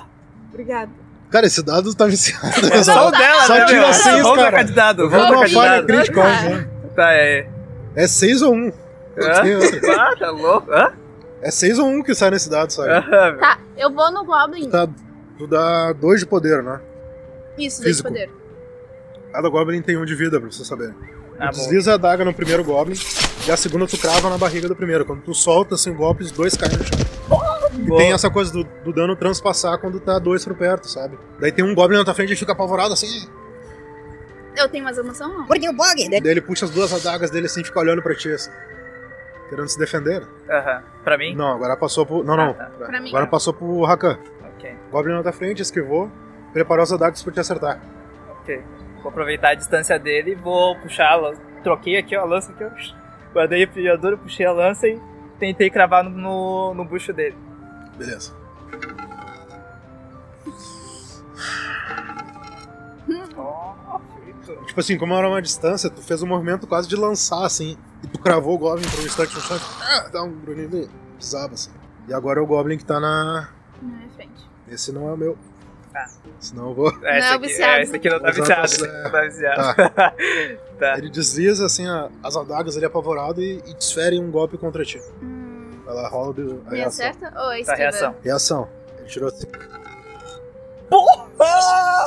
Obrigada. Cara, esse dado tá viciado. é só o dela, Só né? tira meu? seis, Vamos cara. trocar de dado. Vamos uma trocar de falha dado. crítica, Tá. vamos ver. Tá, é. É 6 ou 1. Um. Não tem outra. Ah, tá louco? Hã? É 6 ou 1 um que sai nesse dado, sabe? Aham, meu. Tá, eu vou no Goblin. Tá, tu dá 2 de poder, né? Isso, desse Físico. poder. Cada goblin tem um de vida, pra vocês saberem. Ah, tu bom. desliza a adaga no primeiro goblin e a segunda tu crava na barriga do primeiro. Quando tu solta assim, o golpe, os dois caem no chão. E Boa. tem essa coisa do, do dano transpassar quando tá dois por perto, sabe? Daí tem um goblin na tua frente e fica apavorado assim. Eu tenho mais emoção, não? Porque o Bog, né? Daí ele puxa as duas adagas dele assim e fica olhando pra ti, assim. Querendo se defender? né? Aham. Pra mim? Não, agora passou pro. Não, não. Ah, tá. Pra mim. Agora passou pro Rakan. Ok, Goblin na tua frente, esquivou, preparou as adagas pra te acertar. ok. Vou aproveitar a distância dele e vou puxar a lança. Troquei aqui ó, a lança que eu guardei a pilhadura, puxei a lança e tentei cravar no, no, no bucho dele. Beleza. Ó, feito. Tipo assim, como era uma distância, tu fez um movimento quase de lançar, assim. E tu cravou o Goblin por um instante no chão. Ah, dá um grunhido bizarro, assim. E agora é o Goblin que tá na... Na minha frente. Esse não é o meu. Ah. Senão eu vou... Essa Não, aqui, viciado. é, esse aqui não tá Vou usar viciado. pra Esse aqui não tá viciado. Tá. *laughs* Tá. Ele desliza, assim, a- as adagas ali apavorado e, e desfere um golpe contra ti. Hum, Ela rola do, a me reação. acerta? Ou é Tá, reação. Reação. Ele tirou... assim.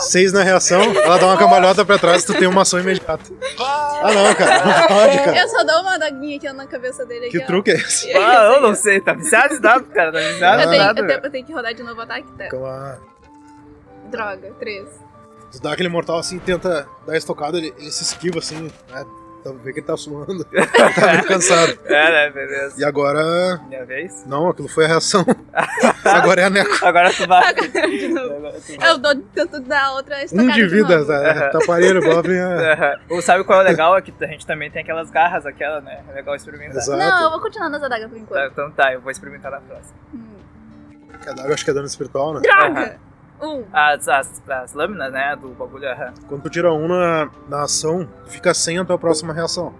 Seis na reação, ela dá uma cambalhota pra trás e tu tem uma ação imediata. Ah não, cara, não pode, cara. Eu só dou uma adaguinha aqui ó, na cabeça dele. Que aqui, ó. *laughs* truque é esse? Ah, eu não sei, tá viciado esse dado, cara, tá viciado Ah, Eu esse tenho, eu, dado. tenho, velho. eu tenho que rodar de novo o ataque? Tá. Calma. Droga, três. Tu dá aquele mortal assim, tenta dar a estocada, ele, ele se esquiva assim, né? Tá- Vê que ele *laughs* tá suando. tá bem cansado. É, né, beleza. E agora. Minha vez. Não, aquilo foi *laughs* a reação. agora é a Neco. Agora tu vai. de novo. Eu dou, tento dar outra Um estocada de vida, novo. tá, tá parelho, Goblin. é- Aham. Ou Sabe qual é o legal? É que a gente também tem aquelas garras, aquela, né? *laughs* É legal experimentar. Não, eu Exato. vou continuar nas adagas por enquanto. Tá, então tá, eu vou experimentar na próxima. Hum. Cadáver acho que é dano espiritual, né? Droga! Um. As, as, as lâminas, né? Do bagulho. aham. Quando tu tira um na, na ação, tu fica sem a tua próxima reação.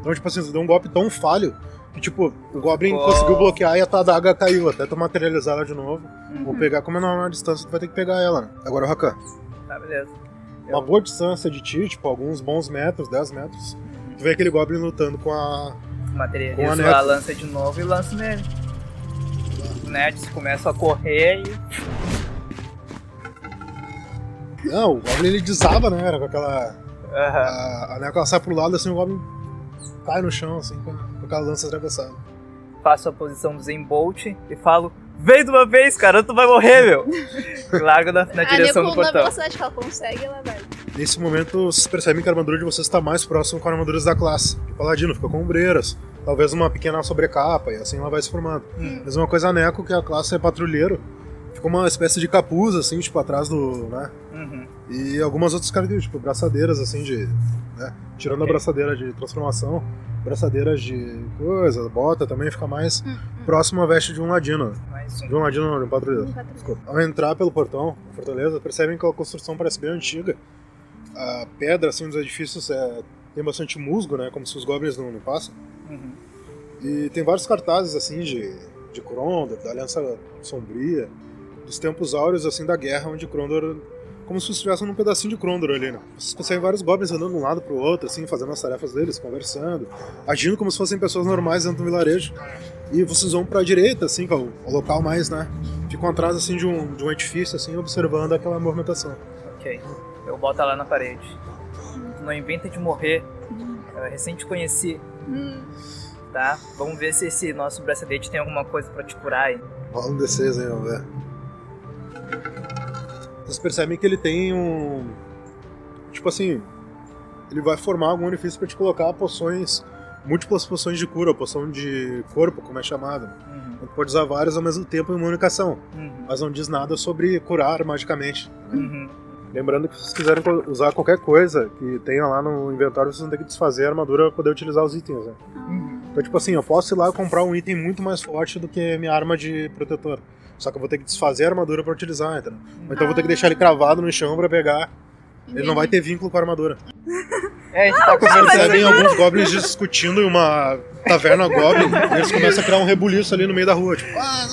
Então, tipo assim, tu deu um golpe tão falho que, tipo, o Goblin Pô. conseguiu bloquear e a tua adaga caiu. Até tu materializar ela de novo. Uhum. Ou pegar, como é na distância, tu vai ter que pegar ela, né? Agora o Rakan. Tá, beleza. É uma boa distância de ti, tipo, alguns bons metros, 10 metros. Tu vê aquele Goblin lutando com a. Com a Materializo net. a lança de novo e lanço nele. Os nets começam a correr e. Não, o Goblin ele desaba, né? Era com aquela. Aham. A, a Neca ela sai pro lado assim, o Goblin cai no chão, assim, com, a- com aquela lança atravessada. Faço a posição do Zen Bolt e falo: Vem de uma vez, cara, tu vai morrer, meu! E Largo na, na A direção do Nicole, Ah, na portão. velocidade que ela consegue, ela vai. Nesse momento, vocês percebem que a armadura de vocês está mais próxima com a armadura da classe. O paladino fica com ombreiras, talvez uma pequena sobrecapa, e assim ela vai se formando. Hum. Mesma coisa a Neco, que a classe é patrulheiro. Ficou uma espécie de capuz, assim, tipo, atrás do. né? Uhum. E algumas outras características, tipo braçadeiras assim de. né, Tirando Ok. a braçadeira de transformação, braçadeiras de coisa, bota também fica mais próximo à veste de um ladino. Mais um. De um ladino, não, de um patrulheiro. Um, quatro, três. Desculpa. Ao entrar pelo portão da fortaleza, percebem que a construção parece bem antiga. A pedra assim, dos edifícios é, tem bastante musgo, né? Como se os goblins não, não passam. Uhum. E tem vários cartazes assim de, de Krondor, da Aliança Sombria, dos tempos áureos assim da guerra, onde Krondor. Como se estivessem num pedacinho de Krondor ali, né? Vocês conseguem vários goblins andando de um lado pro outro, assim, fazendo as tarefas deles, conversando, agindo como se fossem pessoas normais dentro do vilarejo. E vocês vão pra direita, assim, que é o o local mais, né? Ficam atrás, assim, de um, de um edifício, assim, observando aquela movimentação. Ok. Eu boto ela na parede. Tu não inventa de morrer. Eu recém te conheci, Hum, tá? Vamos ver se esse nosso bracelete tem alguma coisa pra te curar aí. Rola um D6 aí, vamos ver. Vocês percebem que ele tem um. Tipo assim. Ele vai formar algum orifício pra te colocar poções. Múltiplas poções de cura, poção de corpo, como é chamada. Uhum. Tu pode usar várias ao mesmo tempo em uma única ação, Uhum. mas não diz nada sobre curar magicamente. Uhum. Lembrando que se vocês quiserem co- usar qualquer coisa que tenha lá no inventário, vocês vão ter que desfazer a armadura pra poder utilizar os itens, né? Então, tipo assim, eu posso ir lá e comprar um item muito mais forte do que minha arma de protetor. Só que eu vou ter que desfazer a armadura pra utilizar, entendeu? Ou então eu vou ter que deixar ele cravado no chão pra pegar. Ele não vai ter vínculo com a armadura. É, a gente tá conversando. Percebem alguns goblins discutindo em uma taverna goblin, e eles começam a criar um rebuliço ali no meio da rua, tipo, ah,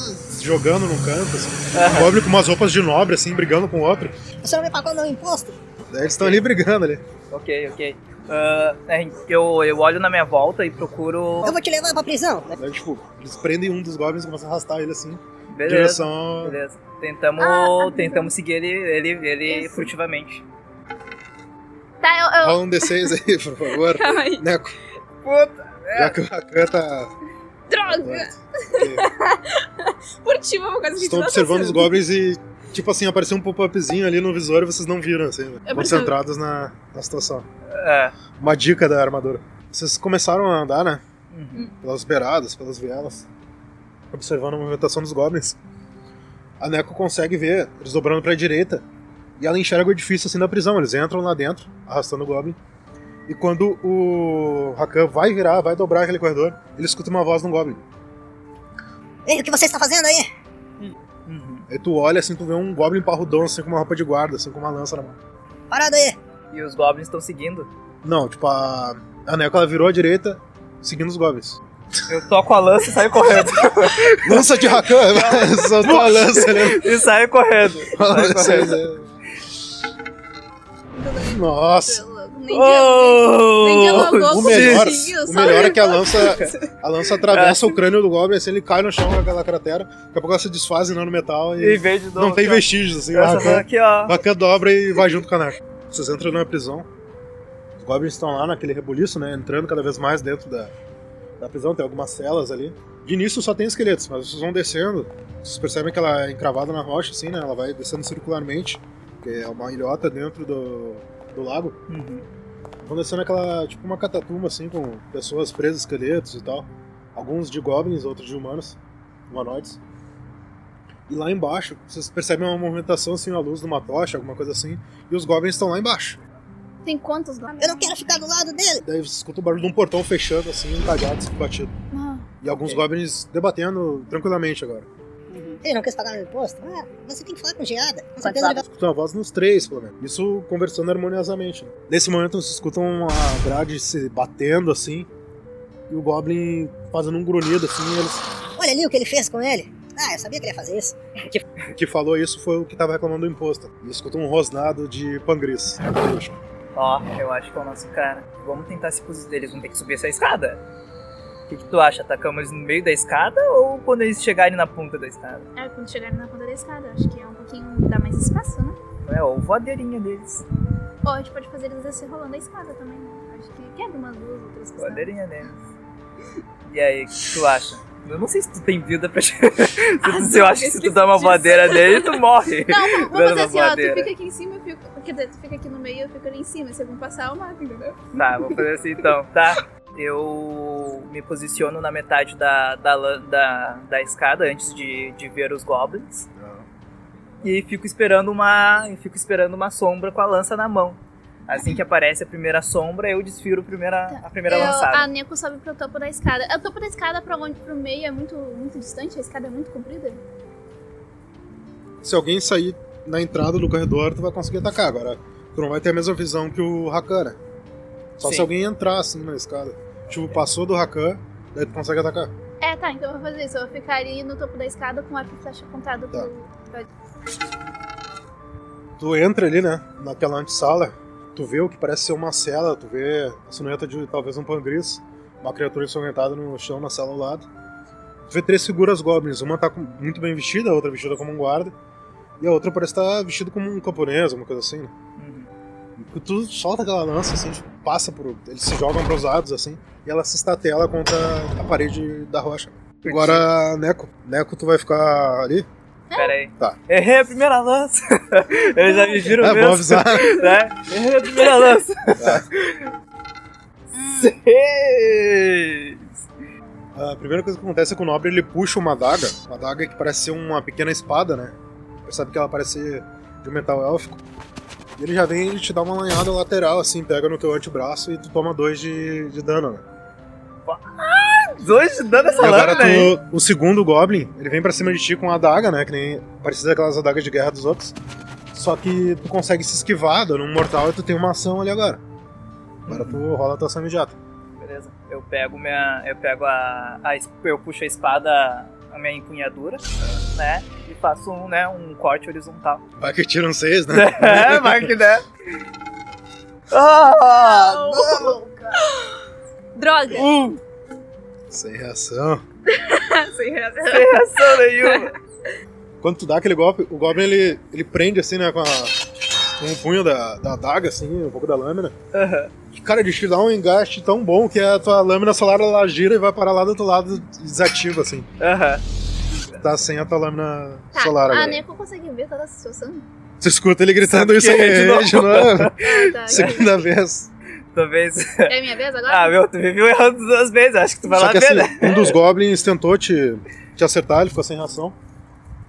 jogando num canto, assim. Um goblin com umas roupas de nobre, assim, brigando com o outro. Você não me pagou meu imposto? Daí eles estão ali brigando ali. Ok, ok. Ah, a gente- eu, eu olho na minha volta e procuro. Eu vou te levar pra prisão. né? Daí, tipo, eles prendem um dos goblins e começam a arrastar ele assim, em Beleza. direção ao- Beleza. Tentamos, Ah, tá. tentamos seguir ele, ele, ele Isso. furtivamente. Tá, eu. eu... Rola um D6 aí, por favor. Calma aí. Neco, Puta! já que o Rakan tá né, Droga! Furtiva, uma coisa que Estão a gente não tá observando os fazendo. goblins e, tipo assim, apareceu um pop-upzinho ali no visor e vocês não viram, assim, né? percebi. concentrados na, na situação. É. Uma dica da armadura. Vocês começaram a andar, né? Uhum. Pelas beiradas, pelas vielas, observando a movimentação dos goblins. A Neko consegue ver eles dobrando pra direita e ela enxerga o edifício assim da prisão. Eles entram lá dentro, arrastando o goblin. E quando o Rakan vai virar, vai dobrar aquele corredor, ele escuta uma voz de um goblin. Ei, o que você está fazendo aí? Uhum. Aí tu olha assim, tu vê um goblin parrudão, assim, com uma roupa de guarda, assim, com uma lança na mão. Parado aí. E os goblins estão seguindo. Não, tipo, a, a Neko ela virou à direita, seguindo os goblins. Eu toco a lança e saio *laughs* correndo. Lança de Rakan! *laughs* Soltou a lança, né? e saio correndo. Saio correndo. Nossa! Nem Nem dialogou Oh! O Como melhor, conseguiu? o Só melhor é que a levou. lança, a lança atravessa o crânio do Goblin, assim, ele cai no chão naquela cratera, daqui a pouco ela se desfaz em metal E e veio de novo. não tem aqui, ó. vestígios, assim, o Essa foi Rakan, aqui, ó. Rakan dobra e vai junto com a Neko. Vocês entram na prisão, os Goblins estão lá naquele rebuliço, né, entrando cada vez mais dentro da, da prisão, tem algumas celas ali. De início só tem esqueletos, mas vocês vão descendo. Vocês percebem que ela é encravada na rocha, assim, né? Ela vai descendo circularmente, que é uma ilhota dentro do, do lago. Uhum. Vão descendo aquela, tipo, uma catatumba, assim, com pessoas presas, esqueletos e tal. Alguns de goblins, outros de humanos, humanoides. E lá embaixo, vocês percebem uma movimentação, assim, a luz de uma tocha, alguma coisa assim. E os goblins estão lá embaixo. Tem quantos goblins? Eu não quero ficar do lado dele. Daí você escuta o barulho de um portão fechando, assim, um cajado sendo batido. Ah, E alguns Ok. goblins debatendo tranquilamente agora. Ele não quis pagar meu imposto? Ah, você tem que falar com o geada. Com Quantos certeza ele vai... Escutam a voz nos três, pelo menos. Isso conversando harmoniosamente. né? Nesse momento, vocês escutam a grade se batendo, assim, e o Goblin fazendo um grunhido, assim, e eles... Olha ali o que ele fez com ele. Ah, eu sabia que ele ia fazer isso. o que falou isso foi o que tava reclamando do imposto. E escutam um rosnado de pangris. Ó, eu acho que é o nosso cara. Vamos tentar se posicionar. Eles vão ter que subir essa escada. O que, que tu acha? Atacamos eles no meio da escada ou quando eles chegarem na ponta da escada? é, quando chegarem na ponta da escada, acho que é um pouquinho. dá mais espaço, né? É, ou voadeirinha deles. Ou a gente pode fazer eles descer rolando a escada também, né? Acho que quebra umas duas ou três pessoas. Voadeirinha deles. E aí, o que, que tu acha? Eu não sei se tu tem vida pra. *laughs* se tu, se eu droga, acho que se tu Ah, esqueci dá uma disso. voadeira nele, tu morre. *laughs* Não, vamos- Dando vamos fazer assim, uma ó. Tu voadeira. fica aqui em cima, eu fico. Quer dizer, tu fica aqui no meio, eu fico ali em cima. Se eu vou passar, eu mato, entendeu? Tá, vou fazer assim então, tá? Eu me posiciono na metade da, da, lan- da, da escada antes de, de ver os goblins. E fico esperando uma. e Fico esperando uma sombra com a lança na mão. Assim que aparece a primeira sombra, eu desfiro a primeira, a primeira Eu- lançada. a Neko sobe pro topo da escada. É, O topo da escada pra onde? Pro meio é muito, muito distante? A escada é muito comprida? Se alguém sair na entrada do corredor, tu vai conseguir atacar. Agora, tu não vai ter a mesma visão que o Rakan, né? Só Sim. se alguém entrar, assim, na escada. Tipo, passou do Rakan, daí tu consegue atacar. É, tá, então eu vou fazer isso. Eu vou ficar ali no topo da escada com o arco e flecha apontado Tá. pro. Tu entra ali, né? Naquela antessala, tu vê o que parece ser uma cela, tu vê a silhueta de talvez um pangris, uma criatura ensanguentada no chão na cela ao lado. Tu vê três figuras goblins, uma tá com- muito bem vestida, a outra vestida como um guarda, e a outra parece estar vestida como um camponês, uma coisa assim, né? Uhum. E Tu solta aquela lança, assim, tipo, passa por. Eles se jogam pros lados, assim, e ela se estatela contra a parede da rocha. Agora, Neco. Neco, tu vai ficar ali? Pera aí. Tá. Errei a primeira lança. *laughs* Eles já me viram É, mesmo. vou avisar. *laughs* Tá. Né? Errei a primeira lança. Seis. *laughs* A primeira coisa que acontece é que o nobre ele puxa uma adaga, uma adaga que parece ser uma pequena espada, né? Percebe que ela parece ser de um metal élfico. E ele já vem e ele te dá uma lanhada lateral, assim, pega no teu antebraço e tu toma dois de, de dano, né? Dois de dano essa E agora lança, velho. tu, o segundo Goblin, ele vem pra cima de ti com uma adaga, né? Que nem parecida aquelas adagas de guerra dos outros. Só que tu consegue se esquivar, dando um mortal e tu tem uma ação ali agora. Agora tu rola a tua ação imediata. Beleza. Eu pego minha. Eu pego a. a es- eu puxo a espada, a minha empunhadura, né? E faço um, né, um corte *laughs* horizontal. Vai que tiram seis, né? *laughs* é, Mark, né? Oh, Ah, não! *laughs* Droga! Um! Sem reação. é Sem reação nenhuma! Quando tu dá aquele golpe, o Goblin ele, ele prende assim, né, com, a, com o punho da, da adaga, assim, um pouco da lâmina. Aham. E, cara, ele te dá um engaste tão bom que a tua lâmina solar ela gira e vai parar lá do outro lado e desativa, assim. Aham. Tu Tá sem a tua lâmina Tá, solar a agora. Neko consegue ver toda a situação? Tu escuta ele gritando Sabe isso que é aí de novo. de novo. Ah, tá. *laughs* Segunda vez. Talvez. É minha vez agora? Ah, meu, tu viveu errando duas vezes, acho que tu vai Só lá que ver, assim, né? um dos goblins tentou te, te acertar, ele ficou sem reação.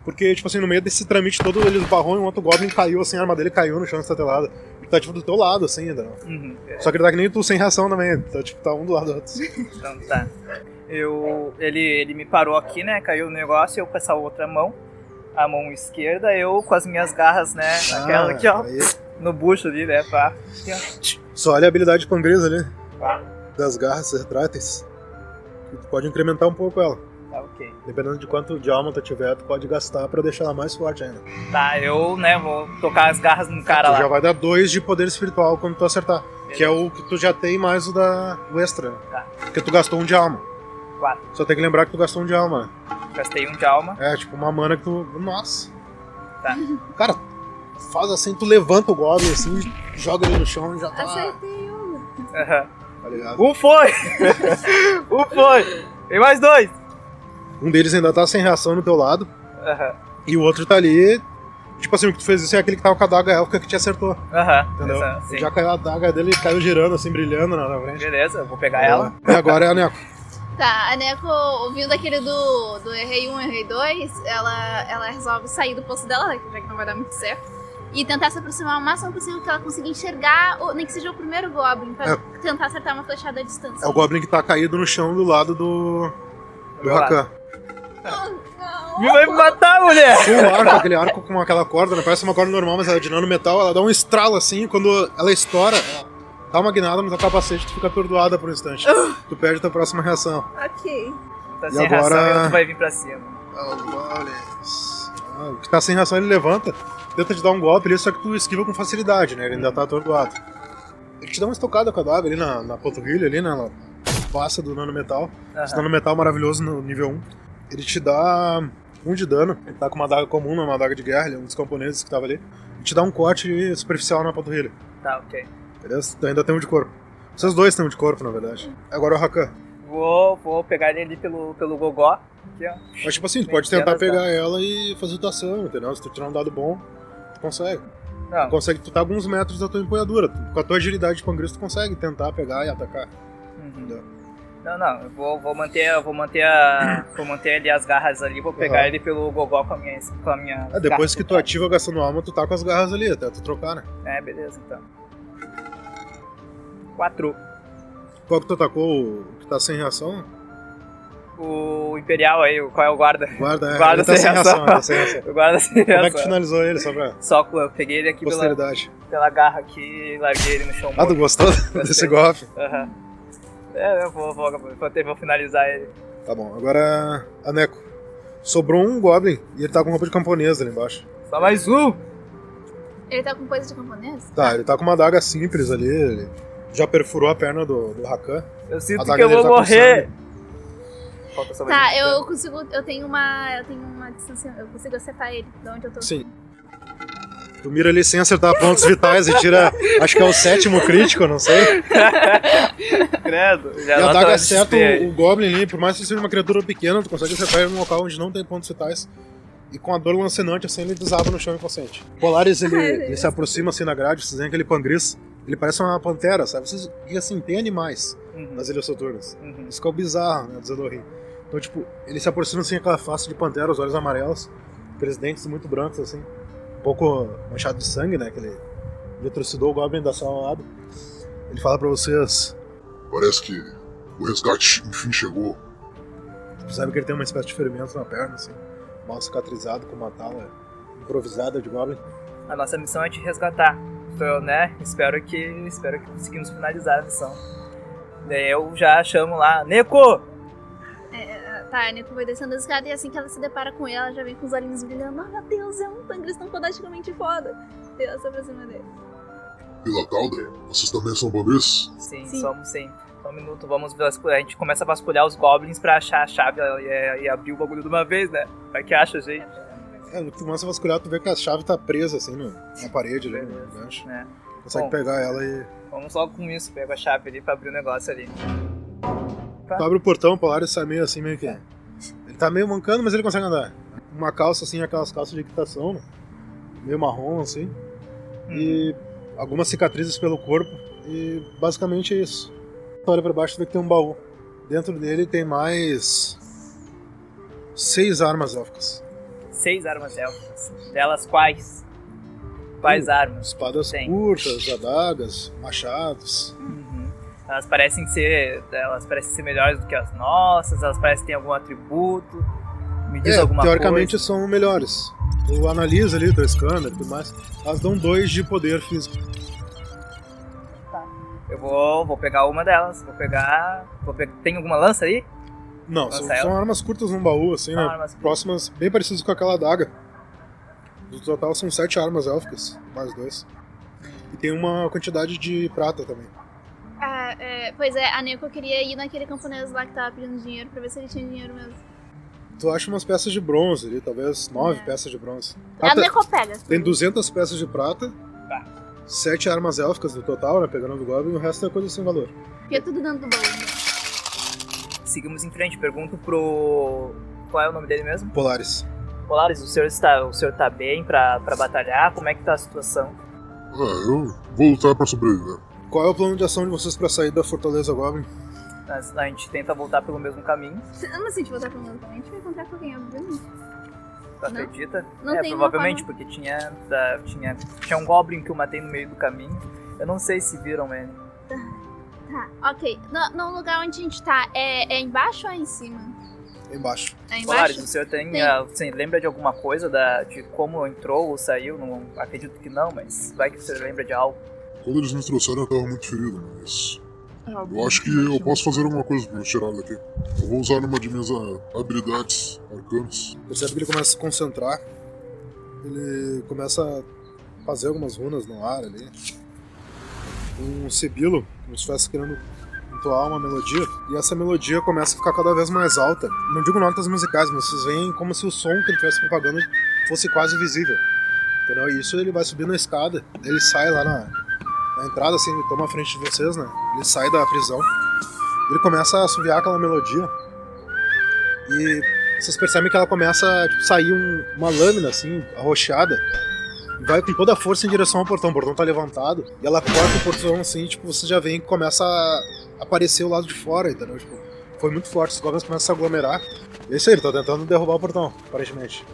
Porque, tipo assim, no meio desse tramite todo, ele esbarrou em um outro goblin caiu, assim, a arma dele caiu no chão estatelada. Ele tá, tipo, do teu lado, assim, ainda. Uhum. Só que ele tá que nem tu sem reação também. Tá, tipo, tá um do lado do outro. Então tá. Eu, ele, ele me parou aqui, né? Caiu o negócio, eu com essa outra mão, a mão esquerda, eu com as minhas garras, né? *laughs* Ah, Aquela aqui, ó, aí. no bucho ali, né? Pá. Aqui, ó. Só olha a habilidade de pangrisa ali. Ah. Das garras retráteis. Que Tu pode incrementar um pouco ela. Tá, ok. Dependendo de quanto de alma tu tiver, tu pode gastar pra deixar ela mais forte ainda. Tá, eu, né, vou tocar as garras no cara tu lá. já vai dar dois de poder espiritual quando tu acertar. Que é o que tu já tem mais o da o extra. né? Tá. Porque tu gastou um de alma. Quatro. Só tem que lembrar que tu gastou um de alma. né? Gastei um de alma. É, tipo, uma mana que tu. Nossa! Tá. Cara, faz assim, tu levanta o Goblin assim, joga ele no chão e já tá. Acertei um. Aham. Tá ligado? Um *laughs* foi! um foi! Tem mais dois! Um deles ainda tá sem reação no teu lado. Aham. E o outro tá ali. Tipo assim, o que tu fez isso é aquele que tava com a daga élfica que te acertou. Aham. Entendeu? Essa- sim. Já caiu a daga dele e caiu girando, assim, brilhando na na frente. Beleza, eu vou pegar ela. E agora é a Neco. Tá, a Neko, ouvindo aquele do, do Errei 1, Errei 2, ela, ela resolve sair do posto dela, né, já que não vai dar muito certo. E tentar se aproximar o máximo possível que ela consiga enxergar, o- nem que seja o primeiro Goblin, pra tentar acertar uma flechada à distância. É o Goblin que tá caído no chão do lado do. do Rakan. Me vai me matar, mulher! Tem um arco, aquele arco com aquela corda, né? Parece uma corda normal, mas ela é de nano metal, ela dá um estralo assim, quando ela estoura, ela dá uma guinada no teu capacete, tu fica atordoada por um instante. Tu perde a tua próxima reação. Ok. Tá E sem agora- reação, tu vai vir pra cima. Ah, O que tá sem reação, ele levanta, tenta te dar um golpe ali, só que tu esquiva com facilidade, né? Ele ainda tá atordoado. Ele te dá uma estocada com a daga ali na, na panturrilha, ali, né? Ela passa do nano metal. Esse Aham. dano metal maravilhoso no nível 1. Ele te dá um de dano. Ele tá com uma adaga comum, não é uma adaga de guerra, ele é um dos camponeses que tava ali. Ele te dá um corte superficial na panturrilha. Tá, ok. Beleza? Tu ainda tem um de corpo. Vocês dois têm um de corpo, na verdade. Agora o Rakan. Vou, vou pegar ele ali pelo, pelo gogó. Aqui, ó. Mas tipo assim, tu Bem, pode tentar elas dão. pegar ela e fazer tua ação, entendeu? Se tu tirar um dado bom, tu consegue. Tu Não, consegue, tu tá alguns metros da tua empunhadura. Tu- com a tua agilidade de congresso, tu consegue tentar pegar e atacar. uhum. não, não. Eu vou, vou manter, eu vou manter a. Vou manter ali as garras ali, vou pegar Aham. ele pelo gogó com a minha. Com a minha Ah, depois garra que tu central. ativa gastando alma, tu tá com as garras ali, até tu trocar, né? É, beleza então. Quatro. Qual que tu atacou o que tá sem reação? O Imperial aí, o- qual é o guarda? Guarda, é, Guarda ele tá sem sem reação. reação, ele tá sem reação. O guarda *laughs* sem Como é que tu reação. finalizou ele, só pra Só que eu peguei ele aqui pela, posteridade? tá pela garra aqui e larguei ele no chão. *laughs* Ah, tu gostou desse golpe? Aham. É, eu vou, vou, vou, vou, ter- vou finalizar ele. Tá bom, agora. Aneco. Sobrou um Goblin e ele tá com roupa de camponesa ali embaixo. Só mais um! Ele tá com coisa de camponês? Tá, ele tá com uma adaga simples ali. Ele já perfurou a perna do, do Rakan. Eu A sinto daga que eu dele vou tá com morrer! Falta só mais Tá, um. eu consigo. Eu tenho uma. Eu tenho uma distância. Eu consigo acertar ele de onde eu tô. Sim. Tu mira ali sem acertar pontos vitais e tira. Acho que é o sétimo crítico, não sei. Credo! Já e a É, nota adaga meu acerta desespero. o, o Goblin ali, por mais que seja uma criatura pequena, tu consegue acertar ele num local onde não tem pontos vitais. E com a dor lancinante, assim, ele desaba no chão inconsciente. Polaris, ele, Ai, ele se aproxima assim na grade, vocês veem aquele pangris. Ele parece uma pantera, sabe? Vocês e assim, tem animais Uhum, nas Ilhas Soturnas. uhum. Isso que é o bizarro, né, do Zedorin. Então, tipo, ele se aproxima assim, aquela face de pantera, os olhos amarelos, aqueles dentes muito brancos, assim. Um pouco manchado de sangue, né? Que ele trucidou o Goblin da sala ao lado. Ele fala pra vocês... Parece que o resgate enfim chegou. Tu sabe que ele tem uma espécie de ferimento na perna, assim, mal cicatrizado, com uma tala improvisada de Goblin. A nossa missão é te resgatar. Então, né? Espero que. Espero que conseguimos finalizar a missão. Daí eu já chamo lá, Neko! Tá, a Nico vai descendo a escada e assim que ela se depara com ele, ela já vem com os olhinhos brilhando. Ah, meu Deus, é um pangris tão fantasticamente foda. E Ela se aproxima dele. Pela cauda, vocês também são bandeiros? Sim, Sim. somos sim. Só um minuto, vamos vasculhar. A gente começa a vasculhar os goblins pra achar a chave e, e abrir o bagulho de uma vez, né? Vai que acha, gente. É, tu começa a vasculhar, tu vê que a chave tá presa, assim, no- na parede, ali, no gancho. É. Consegue Bom. pegar ela e... Vamos logo com isso, pego a chave ali pra abrir o negócio ali. Tá. Tu abre o portão, o Polaris sai meio assim, meio que... Ele tá meio mancando, mas ele consegue andar. Uma calça, assim, aquelas calças de equitação, né? meio marrom, assim. E Hum. algumas cicatrizes pelo corpo. E basicamente é isso. Tu olha pra baixo e vê que tem um baú. Dentro dele tem mais... Seis armas élficas. Seis armas élficas. Delas quais? Quais Hum. armas? Espadas Tem. curtas, adagas, machados. Uhum. Elas parecem ser. Elas parecem ser melhores do que as nossas, elas parecem ter algum atributo. Me diz É, alguma teoricamente coisa. são melhores. Tu analisa ali, teu scanner e tudo mais. Elas dão dois de poder físico. Eu vou, vou pegar uma delas. Vou pegar. Vou pe... Tem alguma lança aí? Não, são, Nossa, são armas curtas num baú, assim, né? Armas. Próximas, bem parecidas com aquela adaga. No total são sete armas élficas, mais dois. E tem uma quantidade de prata também. Ah, é, pois é, a Nico queria ir naquele camponês lá que tava pedindo dinheiro pra ver se ele tinha dinheiro mesmo. Tu acha umas peças de bronze ali, talvez nove É. peças de bronze. a Ah, tá- Nico pega. Tem 200 peças de prata. Tá. Sete armas élficas no total, né? Pegando do Goblin, e o resto é coisa sem valor. Porque é tudo dentro do baú. né? Seguimos em frente. Pergunto pro. Qual é o nome dele mesmo? Polaris. Polaris, o senhor está, o senhor tá bem pra, pra batalhar? Como é que tá a situação? Ah, eu vou lutar pra sobreviver. Qual é o plano de ação de vocês pra sair da Fortaleza Goblin? Nós- A gente tenta voltar pelo mesmo caminho, Eu não sei se voltar pro mundo também. A gente vai encontrar com alguém, obviamente. tu Não. acredita? Não é, tem uma provavelmente, porque tinha, tá, tinha. Tinha um Goblin que eu matei no meio do caminho. Eu não sei se viram ele. Tá, ok. No, no lugar onde a gente tá, é, é embaixo ou é em cima? Embaixo. É Polaris, embaixo? o senhor tem, Tem. ah, você lembra de alguma coisa da, de como entrou ou saiu? Não acredito que não, mas vai que você lembra de algo. Quando eles me trouxeram, eu tava muito ferido, mas. Eu acho que eu posso fazer alguma coisa pra me tirar daqui. Eu vou usar uma de minhas ah, habilidades arcanas. Percebe que ele começa a se concentrar. Ele começa a fazer algumas runas no ar ali. Um sibilo, como se estivesse querendo entoar uma melodia. E essa melodia começa a ficar cada vez mais alta. Não digo notas musicais, mas vocês veem como se o som que ele estivesse propagando fosse quase visível. Entendeu? E isso ele vai subindo a escada. Ele sai lá na, na entrada, assim, ele toma a frente de vocês, né? Ele sai da prisão. Ele começa a assoviar aquela melodia. E vocês percebem que ela começa a tipo, sair um- uma lâmina, assim, arrochada. E vai com toda a força em direção ao portão. O portão tá levantado. E ela corta o portão, assim, tipo, vocês já veem que começa a aparecer o lado de fora, entendeu? Tipo, foi muito forte. Os goblins começam a se aglomerar. E é isso aí, ele tá tentando derrubar o portão, aparentemente.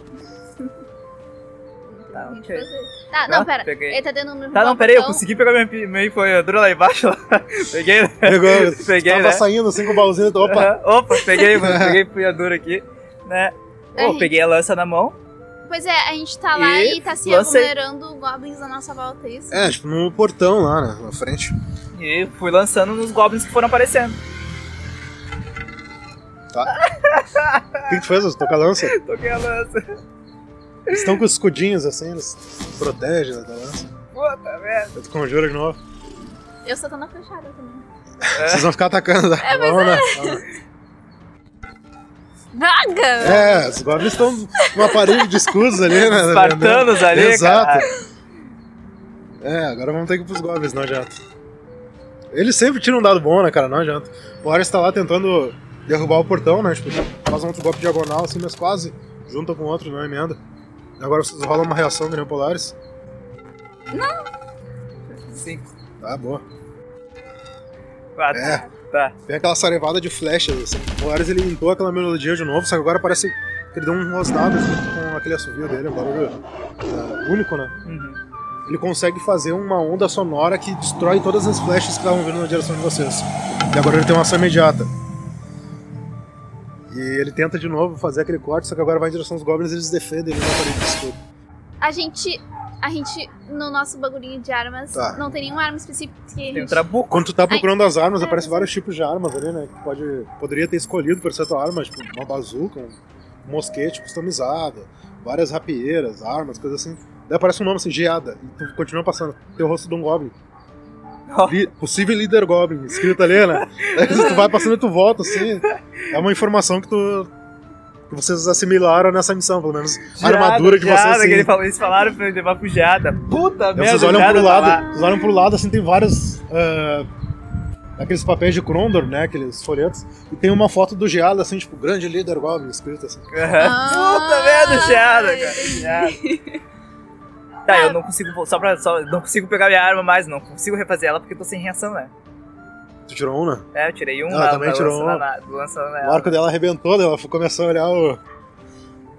Tá, A gente ok. vai- Tá, não, Ah, pera. peguei. Ele tá dentro do Tá, não, peraí, eu balcão. consegui pegar minha pi- minha empunhadura lá embaixo. *laughs* peguei, né? Pegou, *laughs* peguei, tava né? saindo, assim, com o baúzinho. Opa! Aham, Opa, peguei, *laughs* mano, peguei a empunhadura aqui, né? É, Pô, peguei a lança na mão. Pois é, a gente tá lá E e tá se lancei. aglomerando goblins na nossa volta, é isso? É, tipo, no portão lá, né, na frente. E fui lançando nos goblins que foram aparecendo. Tá. O que que tu fez? Azul? Toca a lança? *laughs* Toquei a lança. Eles estão com os escudinhos assim, eles protegem da lança. Puta merda. Eu te conjuro de novo. Eu só tô na fechada também. Vocês vão ficar atacando, tá? Vamos, né? Vamos. Droga! É, os goblins estão numa parede de escudos ali, né? Espartanos ali, Exato. cara. É, agora vamos ter que ir pros goblins, não adianta. Eles sempre tiram um dado bom, né, cara? Não adianta. O Horus tá lá tentando derrubar o portão, né? Tipo, faz um outro golpe diagonal, assim, mas quase. Junta com outro, não emenda. Agora vocês rolam uma reação que nem o Polaris. Cinco, Tá, boa. quatro. É. Tá. Vem aquela sarevada de flechas, assim. O Ares ele entoa aquela melodia de novo, só que agora parece que ele deu um rosnado junto com aquele assovio dele, um barulho ah, único, né? Uhum. Ele consegue fazer uma onda sonora que destrói todas as flechas que estavam vindo na direção de vocês. E agora ele tem uma ação imediata. E ele tenta de novo fazer aquele corte, só que agora vai em direção aos goblins e eles defendem ele na parede de escudo. A gente. A gente, no nosso bagulhinho de armas, Tá. não tem nenhuma arma específica que a Tem um gente. trabuco. Quando tu tá procurando as armas, É, aparecem mas- vários tipos de armas ali, né? Que tu pode, poderia ter escolhido pra ser tua arma, tipo uma bazuca, um mosquete customizado, várias rapieiras, armas, coisas assim. Daí aparece um nome assim, geada, e tu continua passando. Tem o rosto de um goblin. Ó. Li- possível líder goblin, escrito *laughs* ali, né? Daí tu vai passando e tu volta, assim. É uma informação que tu. que vocês assimilaram nessa missão, pelo menos. A armadura de Jada, vocês. que ele Assim. falou, eles falaram pra eu levar pro Jada. Puta Aí merda, vocês o olham Jada pro tá lado, lá. vocês olham pro lado, assim, tem várias. ah, aqueles papéis de Krondor, né? Aqueles folhetos. E tem uma foto do Geada, assim, tipo, grande líder Goblin, escrito assim. Ah, Puta merda, Jada, ai. cara. Jada. Tá, eu não consigo. vol- Só pra. Só, não consigo pegar minha arma mais, não consigo refazer ela porque eu tô sem reação, né? Tu tirou um, né? É, eu tirei um Ah, lá, também da tirou lança um. na- do lança na- O arco dela arrebentou, né, ela foi- começou a olhar o.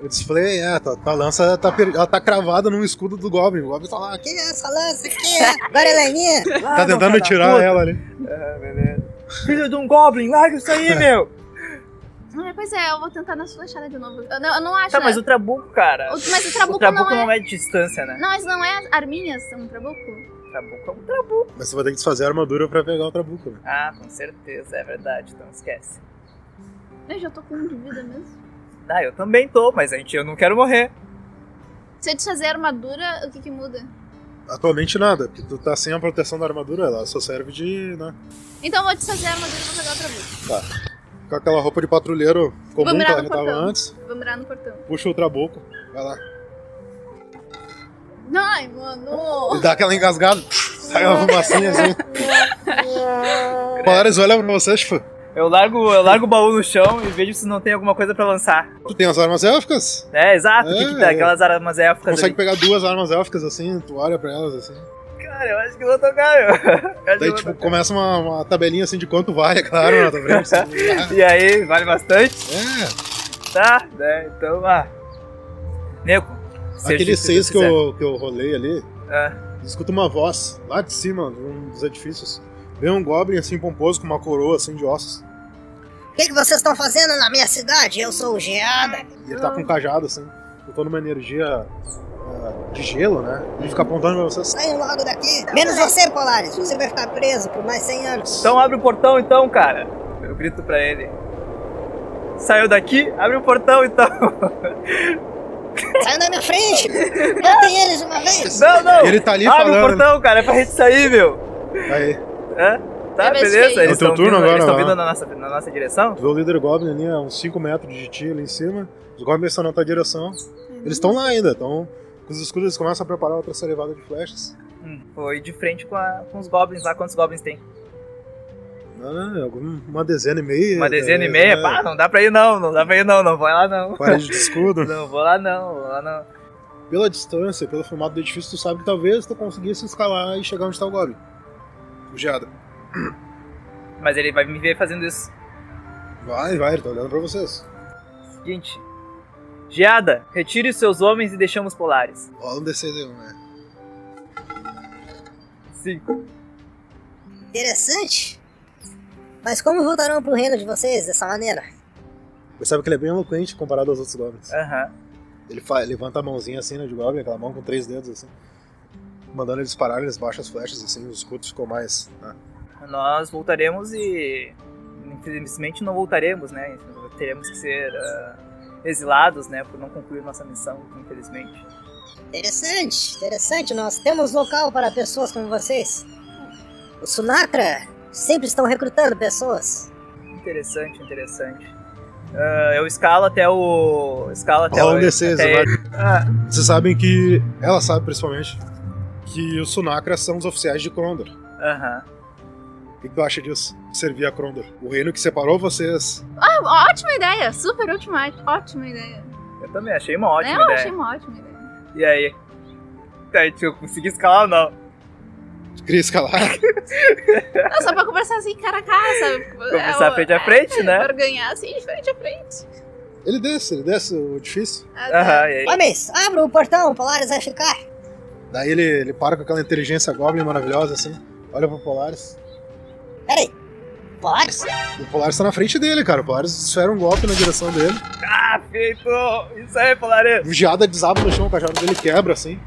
O display, é, tua, tua lança tá, per- ela tá cravada num escudo do Goblin. O Goblin tá lá, Que é essa lança aqui? Agora ela é minha. Ah, tá não, tentando filho da tirar é. puta. ela ali. Ah, beleza. Filho de um Goblin, larga isso *laughs* aí, meu! Tá, Ah, Pois é, eu vou tentar na flechada de novo. Eu não, eu não acho. Tá, mas o Trabuco, cara. O- mas o trabuco não é- não é de distância, né? Não, mas não é arminhas, são um trabuco? Trabuco é um trabuco. Mas você vai ter que desfazer a armadura pra pegar o Trabuco, né? Ah, com certeza, é verdade, então esquece. Eu já tô com um de vida mesmo. Ah, eu também tô, mas a gente, eu não quero morrer. Se eu desfazer a armadura, o que que muda? Atualmente nada, porque tu tá sem a proteção da armadura, ela só serve de. né? Então eu vou desfazer a armadura e vou pegar o trabuco. Com aquela roupa de patrulheiro comum que mirar ela no tava portão. antes, Vou mirar no portão. puxa o Trabuco, vai lá. Ai, mano! E dá aquela engasgada, sai uma fumacinha assim. O Polaris olha pra vocês, tipo, Eu largo, eu largo o baú no chão e vejo se não tem alguma coisa pra lançar. tu tem as armas élficas? É, exato, o que que É. tá? Aquelas armas élficas Consegue ali. pegar duas armas élficas assim, tu olha pra elas assim. Cara, eu acho que eu vou tocar, meu. *laughs* Eu acho que eu Daí, vou tipo, começa uma, uma tabelinha assim de quanto vale *laughs* aquela arma na tua frente. assim, *laughs* né? tocar. E aí, vale bastante? É, Tá, né? Então, ah. Nego, seja aqueles o seis tu que quiser. eu, que eu rolei ali, Ah, escuta uma voz lá de cima, de um dos edifícios. Vem um goblin assim pomposo com uma coroa assim de ossos. O que, que vocês estão fazendo na minha cidade? Eu sou o Geada. E ele tá com um cajado assim, botando uma energia ah, de gelo, né? Ele fica apontando pra vocês. Saiam logo daqui. Menos você, Polaris. Você vai ficar preso por mais 100 anos. então abre o portão, então, cara. Eu grito pra ele. Saiu daqui? Abre o portão, então. Saiam da minha frente. Matem eles de uma vez. Não, não. E ele tá ali Abre o falando. né? portão, cara, é pra gente sair, meu. Aí, Hã? Tá, É, mas fez. beleza? É Eles o teu estão turno vindo, agora, eles tão vai lá. vindo na nossa, na nossa direção? tu vê o líder goblin ali a uns 5 metros de ti ali em cima. Os goblins estão na tua direção. Eles estão lá ainda, estão. Com os escudos eles começam a preparar outra serevada de flechas. Hum, foi de frente com, a- com os goblins lá. Quantos goblins tem? Não, não, Ah, algum- uma dezena e meia. Uma dezena e né? meia? Pá, não dá pra ir não, não dá pra ir não, não vai lá não. Parede de escudo. *laughs* Não, vou lá não, vou lá não. Pela distância, pelo formato do edifício, tu sabe que talvez tu conseguisse escalar e chegar onde está o Goblin. Geada. Mas ele vai me ver fazendo isso. Vai, vai, ele tá olhando pra vocês. Seguinte. Geada, retire os seus homens e deixamos polares. Rola um DC1, né? Cinco. Interessante. Mas como voltarão pro reino de vocês dessa maneira? Percebe que ele é bem eloquente comparado aos outros Goblins. Aham. Ele fa- levanta a mãozinha assim, né, de Goblin, aquela mão com três dedos assim. Mandando eles pararem, eles baixam as flechas assim, os escudos ficam mais. né? Nós voltaremos e... Infelizmente não voltaremos, né? teremos que ser ah, exilados, né? Por não concluir nossa missão, infelizmente. Interessante, interessante. Nós temos local para pessoas como vocês. O Sunatra sempre estão recrutando pessoas. Interessante, interessante. Ah, eu escalo até o. Escalo até Rola um o. D6 até agora. ele. Ah, Vocês sabem que. Ela sabe principalmente. Que os Sunakras são os oficiais de Krondor. Aham. O que que tu acha disso? Servir a Krondor. O reino que separou vocês. Ó, Ótima ideia, super ótima, ótima ideia. Eu também achei uma ótima eu ideia. achei uma ótima ideia. E aí? Tá, gente, eu consegui escalar ou não? Queria escalar. Não, só pra conversar assim, cara a cara, sabe? Começar É, frente a frente, né? Pra ganhar assim, de frente a frente. Ele desce, ele desce o edifício. Ah, tá. Aham, e aí? Homens, abra o portão, Polaris vai ficar. Daí ele, ele para com aquela inteligência goblin maravilhosa assim. Olha pro Polaris. Pera aí. Polaris? E o Polaris tá na frente dele, cara. O Polaris esfera um golpe na direção dele. Ah, feito! Isso aí, Polaris! O geada desaba no chão, o cajado dele quebra assim.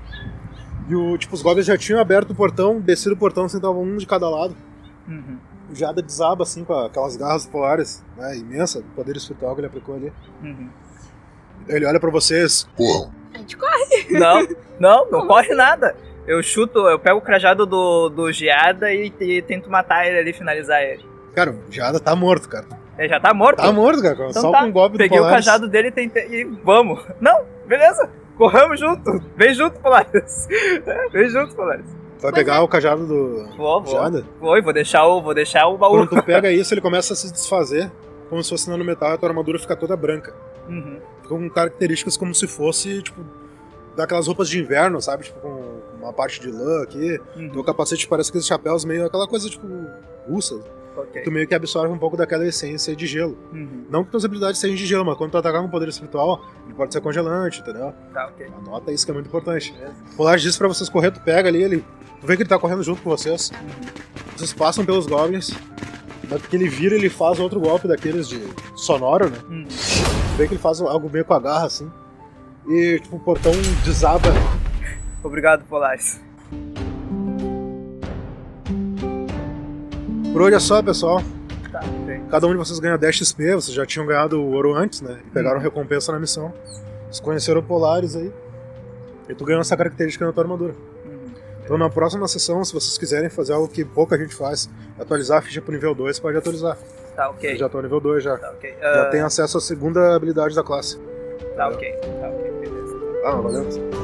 E o, tipo, os goblins já tinham aberto o portão, descido o portão, sentavam um de cada lado. Uhum. O geada desaba assim com a- aquelas garras polares, né? Imensa, do poder espiritual que ele aplicou ali. Uhum. Ele olha pra vocês. Porra, A gente corre. *laughs* Não, não, não Como assim? corre nada. Eu chuto, eu pego o crajado do, do Geada e, e tento matar ele ali, finalizar ele. Cara, o geada tá morto, cara. Ele já tá morto? Tá morto, cara. Então Só tá. com um golpe Peguei do o Polaris. cajado dele e tentei. E vamos! Não, beleza! Corramos junto! Vem junto, Polaris! *laughs* Vem junto, Polaris! Vai pegar o cajado do Vou, vou. geada. Vou, e vou deixar o, vou deixar o baú. Quando tu pega isso, ele começa a se desfazer, como se fosse nanometal, e a tua armadura fica toda branca. Uhum. Ficou com características como se fosse, tipo, daquelas roupas de inverno, sabe? Tipo, com uma parte de lã aqui. Uhum. Tem o capacete que parece aqueles chapéus meio aquela coisa, tipo, russa. Ok. Tu meio que absorve um pouco daquela essência de gelo. Uhum. Não que tuas habilidades sejam de gelo, mas quando tu atacar com poder espiritual, ele pode ser congelante, entendeu? Tá, ok. Anota isso que é muito importante. O Polar disse pra vocês correr, tu pega ali, ele. Tu vê que ele tá correndo junto com vocês. Vocês passam pelos goblins. Na hora que ele vira, ele faz outro golpe daqueles de sonoro, né? Uhum. Tu vê que ele faz algo meio com a garra, assim. E, tipo, o portão desaba. Obrigado, Polaris. Por hoje é só, pessoal. Tá, ok. Cada um de vocês ganha 10 XP, vocês já tinham ganhado o ouro antes, né? Uhum. E pegaram recompensa na missão. Vocês conheceram o Polaris aí. E tu ganhou essa característica na tua armadura. Uhum. Então na próxima sessão, se vocês quiserem fazer algo que pouca gente faz, atualizar a ficha pro nível 2, pode atualizar. Tá, Eu ok. já tô no nível 2 já. Tá, ok. Já Ah, tem acesso à segunda habilidade da classe. Tá, ok. Tá, ok. Beleza. Tá Ah, valeu.